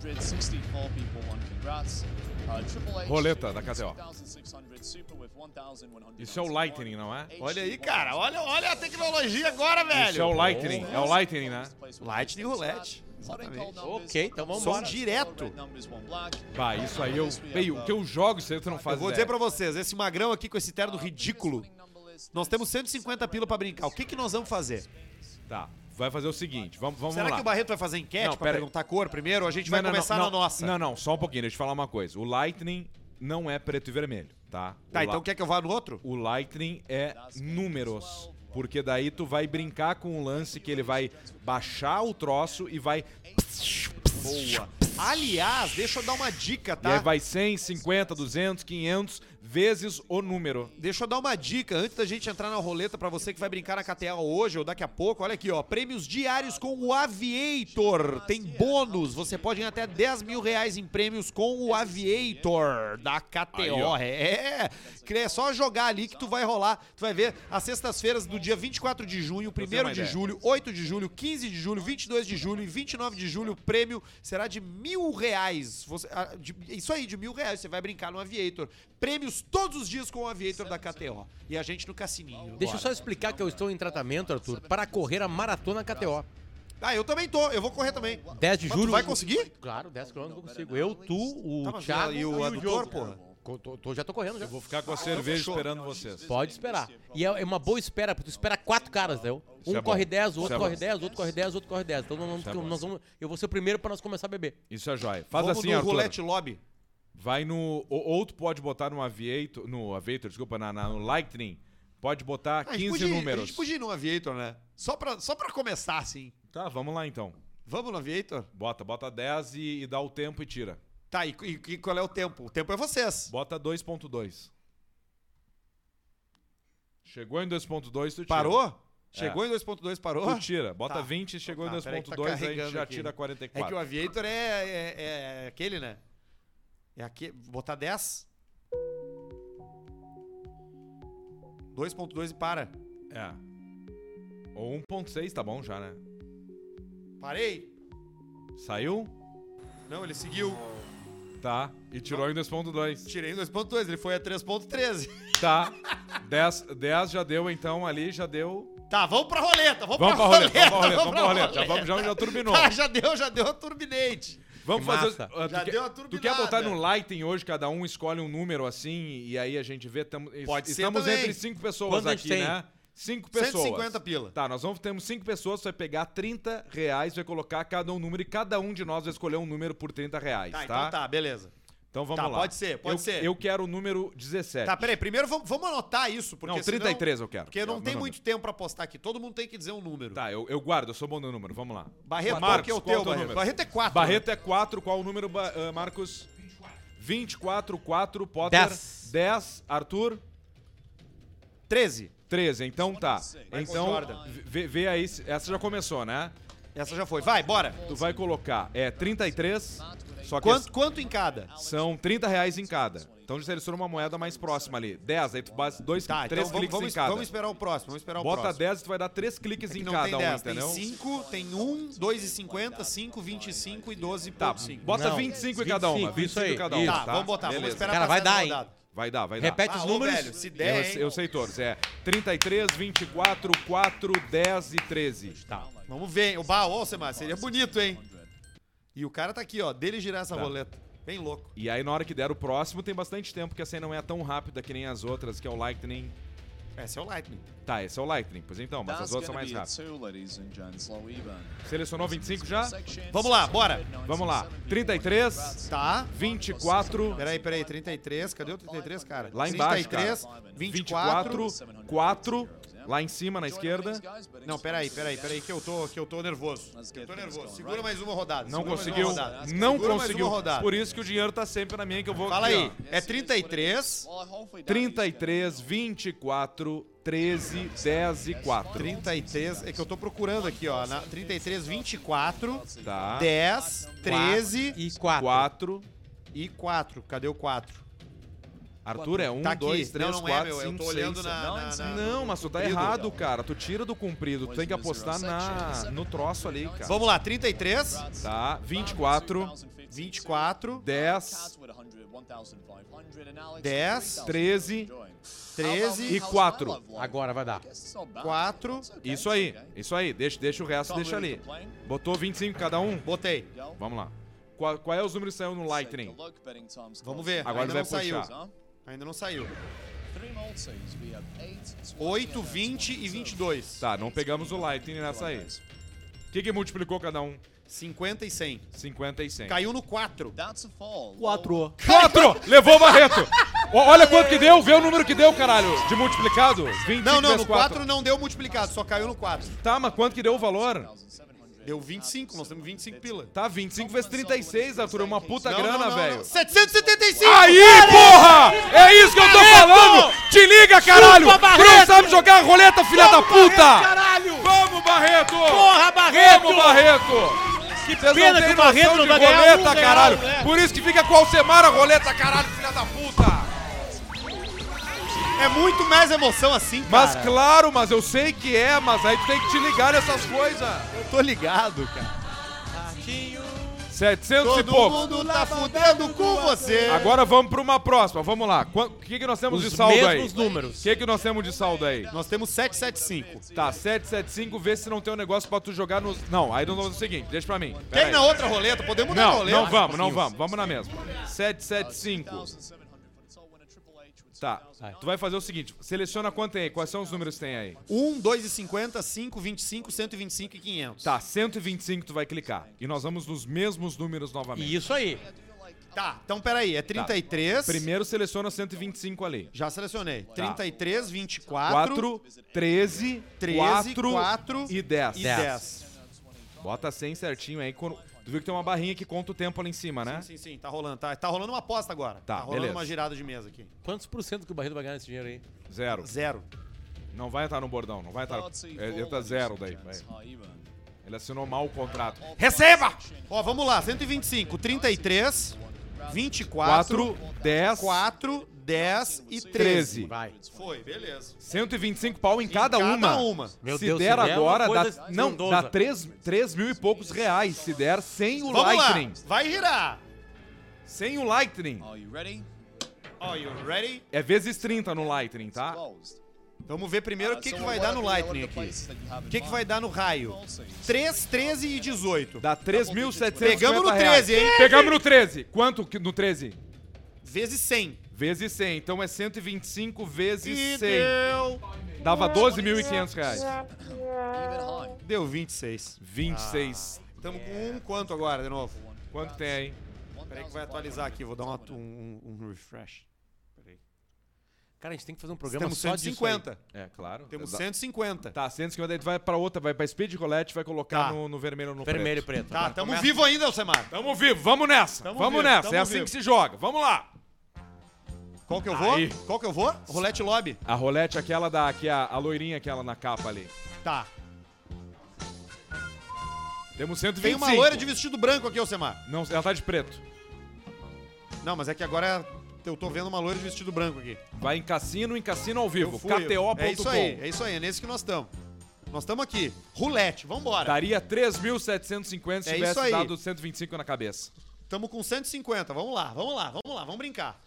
S8: 764 people won. Congrats. Uh, Triple H,
S2: Roleta da KTO.
S8: 2600 super with 1191.
S2: Isso é o Lightning, não é?
S1: Olha aí, cara. Olha, olha a tecnologia agora, velho.
S2: Isso é o Lightning. É o Lightning, né?
S1: Lightning Roulette.
S3: Ok, então vamos
S1: Som
S3: embora.
S1: direto.
S2: Bah, isso aí eu. Bem, o que eu jogo, isso aí tu não faz.
S1: é Eu vou dizer pra vocês, esse magrão aqui com esse terno ridículo, nós temos 150 pila pra brincar. O que, que nós vamos fazer?
S2: Tá. Vai fazer o seguinte, vamos, vamos
S1: Será
S2: lá.
S1: que o Barreto vai fazer enquete
S2: Não,
S1: pra
S2: pera aí.
S1: perguntar a cor primeiro? Ou a gente vai
S2: Não, não,
S1: começar
S2: não,
S1: na
S2: não.
S1: nossa?
S2: Não, não, só um pouquinho, deixa eu falar uma coisa. O Lightning não é preto e vermelho, tá? O
S1: Tá,
S2: Li-
S1: então quer que eu vá no outro?
S2: O Lightning é números. Porque daí tu vai brincar com um lance que ele vai baixar o troço e vai.
S1: Boa. Aliás, deixa eu dar uma dica,
S2: E aí
S1: tá?
S2: vai 100, 50, 200, 500 vezes o número.
S1: Deixa eu dar uma dica antes da gente entrar na roleta pra você que vai brincar na KTL hoje ou daqui a pouco. Olha aqui, ó. Prêmios diários com o Aviator. Tem bônus. Você pode ganhar até 10 mil reais em prêmios com o Aviator da KTO. É. É só jogar ali que tu vai rolar. Tu vai ver as sextas-feiras do dia 24 de junho, 1 de
S2: ideia.
S1: julho, 8 de julho, 15 de julho, 22 de julho e 29 de julho. O prêmio será de mil reais. Você- ah, de- isso aí, de mil reais. Você vai brincar no Aviator. Prêmios todos os dias com o Aviator da KTO. E a gente no Cassininho.
S3: Deixa eu só
S1: agora.
S3: explicar que eu estou em tratamento, Arthur, para correr a maratona KTO.
S1: Ah, eu também tô. Eu vou correr também.
S3: 10 de
S1: Mas tu
S3: julho.
S1: vai conseguir?
S3: Claro, 10 quilômetros eu consigo. Eu, tu, o
S1: Tá, mas
S3: Thiago
S1: e o adutor, porra?
S3: Co- Tô, tô- já tô correndo já.
S2: Vou ficar com a cerveja
S1: Ah, fechou.
S2: esperando vocês.
S3: Pode esperar. E é é uma boa espera, porque tu espera quatro caras, entendeu? Um
S2: Isso é bom.
S3: corre 10, o
S2: Isso é
S3: outro
S2: bom.
S3: corre 10, outro corre 10, outro corre 10. Então nós vamos,
S2: Isso é bom.
S3: nós vamos- eu vou ser o primeiro para nós começar a beber.
S2: Isso é joia. Faz
S1: Vamos
S2: assim,
S1: no
S2: Arthur.
S1: Roulette Lobby.
S2: Vai no. Ou, ou tu pode botar no Aviator. No Aviator, desculpa, na, na- no Lightning. Pode botar
S1: Ah, a gente
S2: 15
S1: podia ir-
S2: números.
S1: A gente podia ir no Aviator, né? Só pra, só pra começar, assim.
S2: Tá, vamos lá então.
S1: Vamos no Aviator?
S2: Bota, bota 10 e, e dá o tempo e tira.
S1: Tá, e, e- e qual é o tempo? O tempo é vocês.
S2: Bota 2.2. Chegou em 2.2, tu tira. É.
S1: Parou? Chegou em 2.2, parou?
S2: Tu tira. Bota
S1: Tá.
S2: 20, chegou
S1: Tá,
S2: em
S1: peraí que tá
S2: 2.2, aí
S1: carregando
S2: já
S1: aqui.
S2: tira
S1: É
S2: 44.
S1: que o Aviator é, é, é aquele, né? É aquele. Botar 10. 2.2 e para.
S2: É. Ou 1.6, tá bom já, né?
S1: Parei.
S2: Saiu?
S1: Não, ele seguiu.
S2: Tá. E tirou em 2.2.
S1: Tirei em 2.2, ele foi a 3.13.
S2: Tá. 10, 10 já deu, então ali já deu.
S1: Tá, vamos pra roleta, vamos,
S2: Vamos pra
S1: pra,
S2: roleta,
S1: roleta,
S2: vamos pra roleta, vamos pra roleta. Já, vamos, já, já turbinou.
S1: Ah, já deu, já deu a turbinate.
S2: Vamos
S3: Que
S2: fazer.
S3: massa.
S2: ah, tu
S1: Já
S2: quer-
S1: deu a
S2: Tu quer
S1: turbinada.
S2: botar no Lighting hoje, cada um escolhe um número assim, e aí a gente vê. tamo- es-
S1: Pode ser
S2: Estamos
S1: também.
S2: entre cinco pessoas
S3: Quanto a gente
S2: aqui,
S3: tem?
S2: né? Cinco pessoas.
S1: 150 pila.
S2: Tá, nós vamos temos cinco pessoas, tu vai pegar 30 reais, vai colocar cada um número, e cada um de nós vai escolher um número por 30 reais,
S1: Tá,
S2: tá?
S1: então tá, beleza.
S2: Então vamos
S1: Tá,
S2: lá.
S1: pode ser, pode
S2: eu,
S1: ser.
S2: Eu quero o número 17.
S1: Tá, peraí, primeiro vamos, vamos anotar isso, porque
S2: Não, 33 eu quero.
S1: Porque
S2: É o
S1: não
S2: meu
S1: tem
S2: número.
S1: muito tempo pra postar aqui, todo mundo tem que dizer um número.
S2: Tá, eu, eu guardo, eu sou bom no número, vamos lá.
S1: Barreto,
S2: Marcos,
S1: qual que é o
S2: qual
S1: teu,
S2: o teu
S1: Barreto?
S2: número?
S1: Barreto é 4.
S2: Barreto é 4, qual o número, Ba- ah, Marcos? 24, 4, Potter.
S3: Dez.
S2: 10, Arthur.
S1: 13.
S2: 13, então tá.
S1: Jordan.
S2: Então, vê, vê aí, se- essa já começou, né?
S1: Essa já foi. Vai, bora.
S2: Tu vai colocar, é 33, só que
S1: Quanto, quanto em cada? Tá,
S2: são 30 reais em cada. Então já seleciona uma moeda mais próxima ali. 10, aí tu bate dois,
S1: Tá,
S2: três
S1: então vamos,
S2: cliques
S1: vamos,
S2: em cada.
S1: vamos esperar o próximo, vamos esperar o
S2: Bota
S1: próximo.
S2: 10 e tu vai dar três cliques
S1: É que
S2: em
S1: não
S2: cada
S1: tem
S2: um,
S1: 10, tem
S2: entendeu?
S1: 5, tem 1, 2,50, 5, 25 e 12
S2: Tá,
S1: por 5.
S2: bota
S3: Não,
S2: 25 em cada uma.
S3: 25,
S2: 25
S3: isso aí,
S2: cada
S3: isso.
S2: uma,
S1: Tá, vamos botar, vamos
S2: Beleza.
S1: esperar
S3: Cara, vai
S1: passar
S3: dar,
S1: essa
S3: hein?
S1: rodada.
S2: Vai dar, vai dar.
S3: Repete
S1: Ah,
S3: os
S1: ô,
S3: números.
S1: velho, se der, hein?
S2: Eu, eu sei todos, é 33, 24, 4, 10 e 13. Tá.
S1: Vamos ver. O baú, ô, Semar, seria bonito, hein? E o cara tá aqui, ó, dele girar essa
S2: Tá.
S1: roleta. Bem louco.
S2: E aí, na hora que der o próximo, tem bastante tempo, porque essa aí não é tão rápida que nem as outras, que é o Lightning.
S1: Esse é o Lightning.
S2: Tá, esse é o Lightning, pois então, mas as outras são mais rápidas. Selecionou 25 já?
S1: Vamos lá, bora.
S2: Vamos lá. 33,
S1: Tá.
S2: 24,
S1: Peraí, peraí, 33. Cadê o 33, cara?
S2: Lá embaixo,
S1: 33,
S2: cara.
S1: 24.
S2: 24, 4, Lá em cima, na esquerda.
S1: Não, peraí, peraí, peraí, que eu tô, que eu tô nervoso. Eu tô nervoso. Segura mais uma rodada. segura
S2: Não
S1: mais uma
S2: conseguiu.
S1: rodada.
S2: Não
S1: Segura mais uma
S2: conseguiu.
S1: rodada.
S2: Por isso que o dinheiro tá sempre na minha que eu vou.
S1: Fala
S2: aqui,
S1: aí.
S2: ó.
S1: É 33,
S2: 33, 24, 13, 10 e 4.
S1: 33, é que eu tô procurando aqui, ó. Na 33, 24,
S2: Tá.
S1: 10, 13
S3: E quatro.
S2: 4.
S1: e 4. Cadê o 4?
S2: Arthur é 1,
S1: Tá aqui. Não,
S2: 2, 3,
S1: não é,
S2: 4,
S1: meu, eu
S2: 5,
S1: tô olhando
S2: 6.
S1: na- na- na-
S2: Não, mas tu tá
S1: comprido.
S2: errado, cara. Tu tira do comprido. Tu tem que apostar na, no troço ali, cara.
S1: Vamos lá, 33,
S2: Tá. 24,
S1: 24, tá,
S2: 10,
S1: 10,
S2: 13.
S1: 13
S2: e 4.
S3: Agora vai dar.
S1: 4.
S2: Isso
S1: tá,
S2: aí, isso aí. Deixa, deixa o resto, deixa ali.
S1: então.
S2: Botou 25 cada um?
S1: Botei.
S2: Vamos lá. Qual, qual é os números que saiu no Lightning?
S8: Lightning.
S1: Vamos ver.
S2: Agora ele
S1: Ainda
S2: vai
S1: não saiu.
S2: puxar.
S1: Ainda não saiu. 8, 20 e 22.
S2: Tá, não pegamos o Lightning nessa aí. O que, que multiplicou cada um?
S1: 50 e 100.
S2: 50 e 100.
S1: Caiu no 4.
S6: Quatro.
S2: 4! Levou o Barreto! O- Olha quanto que deu, vê o número que deu, caralho! De multiplicado? 25
S1: Não, não,
S2: vezes
S1: no 4 não deu multiplicado, só caiu no 4.
S2: Tá, mas quanto que deu o valor?
S1: Deu 25, nós temos 25 pila.
S2: Tá, 25 vezes 36, Arthur, é uma puta
S1: Não,
S2: grana,
S1: não, não,
S2: velho.
S1: não. 775!
S2: Aí, porra! É isso que eu tô falando! Te liga, caralho! Tu não sabe jogar roleta, filha da puta! Vamos, Barreto! Porra, Barreto! Vamos, Barreto! Que
S3: pena que o Barreto não vai ganhar
S2: roleta,
S3: um real,
S2: caralho!
S3: né?
S2: Por isso que fica com o Alcemar a roleta, caralho, filha da puta!
S1: É muito mais emoção assim, cara.
S2: Mas claro, mas eu sei que é, mas aí tu tem que te ligar nessas coisas.
S1: eu tô ligado, cara.
S2: 700 e
S1: Todo
S2: pouco.
S1: mundo tá fudendo com você.
S2: Agora vamos pra uma próxima, vamos lá. Quan- O que, que nós temos de
S3: Os
S2: saldo aí?
S3: mesmos números.
S2: O que, que nós temos de saldo aí?
S1: Nós temos 775.
S2: Tá, 775, vê se não tem um negócio pra tu jogar nos. Não, aí não é o seguinte, deixa pra mim. Pera
S1: Tem
S2: aí.
S1: na outra roleta, podemos mudar a
S2: Não,
S1: roleta.
S2: não vamos, não vamos, vamos na mesma. 775. Tá, tu vai fazer o seguinte, seleciona quanto tem aí, quais são os números que tem aí.
S1: 1, 2,50, 5, 25, 125 e 500.
S2: Tá, 125 tu vai clicar. E nós vamos nos mesmos números novamente.
S3: E isso aí.
S1: Tá, então peraí, é 33.
S2: Primeiro Tá. seleciona 125 ali.
S1: Já selecionei. 33, 24.
S2: 4, 13,
S1: 13,
S2: 4,
S1: quatro
S2: e 10.
S1: E 10.
S2: Bota 100 certinho aí. quando- Tu viu que tem uma barrinha que conta o tempo ali em cima, né?
S1: Sim, sim, tá rolando. Tá, tá rolando uma aposta agora.
S2: Tá,
S1: rolando
S2: beleza.
S1: uma girada de mesa aqui.
S3: Quantos por cento que o Barreto vai ganhar nesse dinheiro aí?
S2: Zero.
S1: Zero.
S2: Não vai entrar no bordão, não vai entrar. Tá, é, Ele entra zero daí. vai. Ele assinou mal o contrato.
S5: Receba!
S1: Ó, vamos lá. 125, 33, 24,
S2: 4, 10,
S1: 4, 10 e 13.
S2: 13.
S3: Vai.
S1: Foi, beleza.
S2: 125 pau em cada,
S1: cada
S2: uma.
S1: uma.
S3: Meu
S2: se
S3: Deus,
S2: der
S3: se der é
S2: agora,
S3: uma coisa
S2: dá, não, dá
S3: estrondosa.
S2: 3, mil e poucos reais. Se der sem o
S1: Vamos
S2: Lightning.
S1: lá, vai girar.
S2: Sem o Lightning.
S1: Are you ready?
S2: É vezes 30 no Lightning, tá?
S1: Vamos ver primeiro o que, que vai dar no Lightning aqui. O que, que vai dar no raio? 3, 13 e 18.
S2: Dá 3.750
S1: Pegamos no
S2: reais.
S1: 13, hein?
S2: Pegamos no 13. Quanto que- no 13?
S1: Vezes 100.
S2: Vezes 100. Então é 125 vezes
S1: E
S2: 100.
S1: deu...
S2: Dava 12.500 reais.
S1: Deu 26.
S2: 26.
S1: Estamos com um quanto agora, de novo?
S2: Quanto tem aí?
S1: Peraí que vai atualizar aqui, vou dar uma- um, um- um refresh.
S3: Cara, a gente tem que fazer um programa
S1: Temos
S3: só disso aí.
S1: 150.
S2: É, claro.
S1: Temos
S2: Exa-
S1: 150.
S2: Tá, 150, aí tu vai pra outra, vai pra Speed Colette, vai colocar
S1: Tá.
S2: no, no vermelho ou no
S3: Vermelho e
S2: preto.
S3: preto.
S1: Tá, tamo vivo ainda, Alcemar.
S2: Tamo vivo, vamos nessa.
S1: Tamo
S2: vamos
S1: vivo,
S2: nessa,
S1: tamo
S2: é assim
S1: vivo.
S2: que se joga. Vamos lá.
S1: Qual que eu vou?
S2: Aí.
S1: Qual que eu vou? Rolete Lobby.
S2: A rolete aquela da aqui a, a loirinha aquela na capa ali.
S1: Tá.
S2: Temos 125.
S1: Tem uma loira de vestido branco aqui, Alcemar.
S2: Não, ela tá de preto.
S1: Não, mas é que agora eu tô vendo uma loira de vestido branco aqui.
S2: Vai em cassino, em cassino ao
S1: Eu
S2: vivo.
S1: fui, eu-
S2: KTO.com.
S1: É isso aí, é isso aí, é nesse que nós estamos. Nós estamos aqui. Rulete, vambora.
S2: Daria 3.750 se
S1: É isso
S2: tivesse
S1: aí.
S2: dado 125 na cabeça.
S1: Tamo com 150, vamos lá, vamos lá, vamos lá, vamos brincar.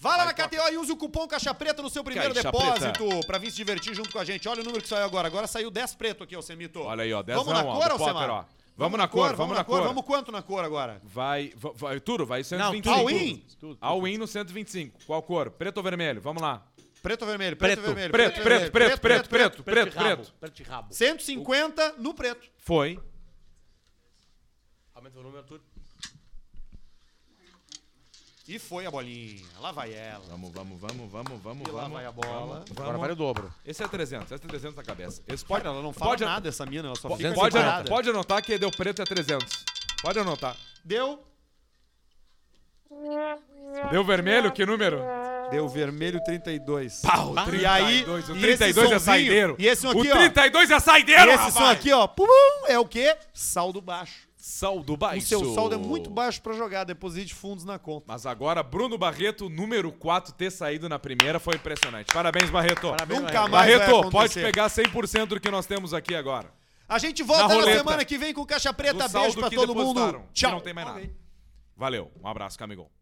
S1: Vá lá na KTO e use o cupom Caixa Preta no seu primeiro
S2: Caixa
S1: depósito pra vir se divertir junto com a gente. Olha o número que saiu agora. Agora saiu 10 preto aqui, Alcemito.
S2: Olha aí, ó, 10
S1: Vamos na
S2: ó,
S1: cor,
S2: do Potter,
S1: Alcemar?
S2: ó. Vamos na cor, vamos na cor.
S1: Vamos quanto na cor agora?
S2: Vai, va- vai, tudo, vai
S3: Não,
S2: 125.
S1: All in?
S2: All in no 125. Qual cor? Preto ou vermelho? Vamos lá.
S1: Preto ou vermelho? Preto, ou vermelho.
S2: Preto,
S1: vermelho,
S2: preto, preto, preto, preto,
S3: Preto,
S2: preto,
S3: e rabo.
S2: preto.
S3: Preto e rabo.
S1: 150 no preto.
S2: Foi.
S3: Aumenta o volume, Arthur.
S1: E foi a bolinha. Lá vai ela.
S2: Vamos, vamos, vamos, vamos, vamos,
S1: E lá
S2: vamos.
S1: vai a bola.
S2: Vamos,
S3: Agora vale
S2: vamos.
S3: o dobro.
S2: Esse é 300, esse é 300 na cabeça. Esse pode,
S1: Pode, ela não fala
S2: pode,
S1: nada, essa mina. Ela só
S2: Pode,
S1: fica
S2: pode, anotar,
S1: separada.
S2: pode anotar que deu preto é 300. Pode anotar.
S1: Deu.
S2: Deu vermelho? Que número?
S1: Deu vermelho 32.
S2: Pau,
S1: Ah, E aí,
S2: 32. O
S1: e
S2: 32 é
S1: esse
S2: saideiro.
S1: E esse um aqui,
S2: o 32 é
S1: ó.
S2: saideiro,
S1: E esse som
S2: rapaz.
S1: aqui, ó. Pum, é o quê? Saldo baixo.
S2: Saldo baixo.
S1: O seu saldo é muito baixo pra jogar. Deposite fundos na conta.
S2: Mas agora, Bruno Barreto, número 4, ter saído na primeira foi impressionante. Parabéns, Barreto.
S1: Nunca mais vai
S2: Barreto, pode
S1: acontecer.
S2: pegar 100% do que nós temos aqui agora.
S1: A gente volta
S2: Na
S1: na,
S2: roleta.
S1: semana que vem com Caixa
S2: Do
S1: Preta. Beijo
S2: saldo
S1: pra
S2: que
S1: todo mundo.
S2: depositaram, que
S1: Tchau.
S2: Não tem mais nada. Valeu. Um abraço, Camigol.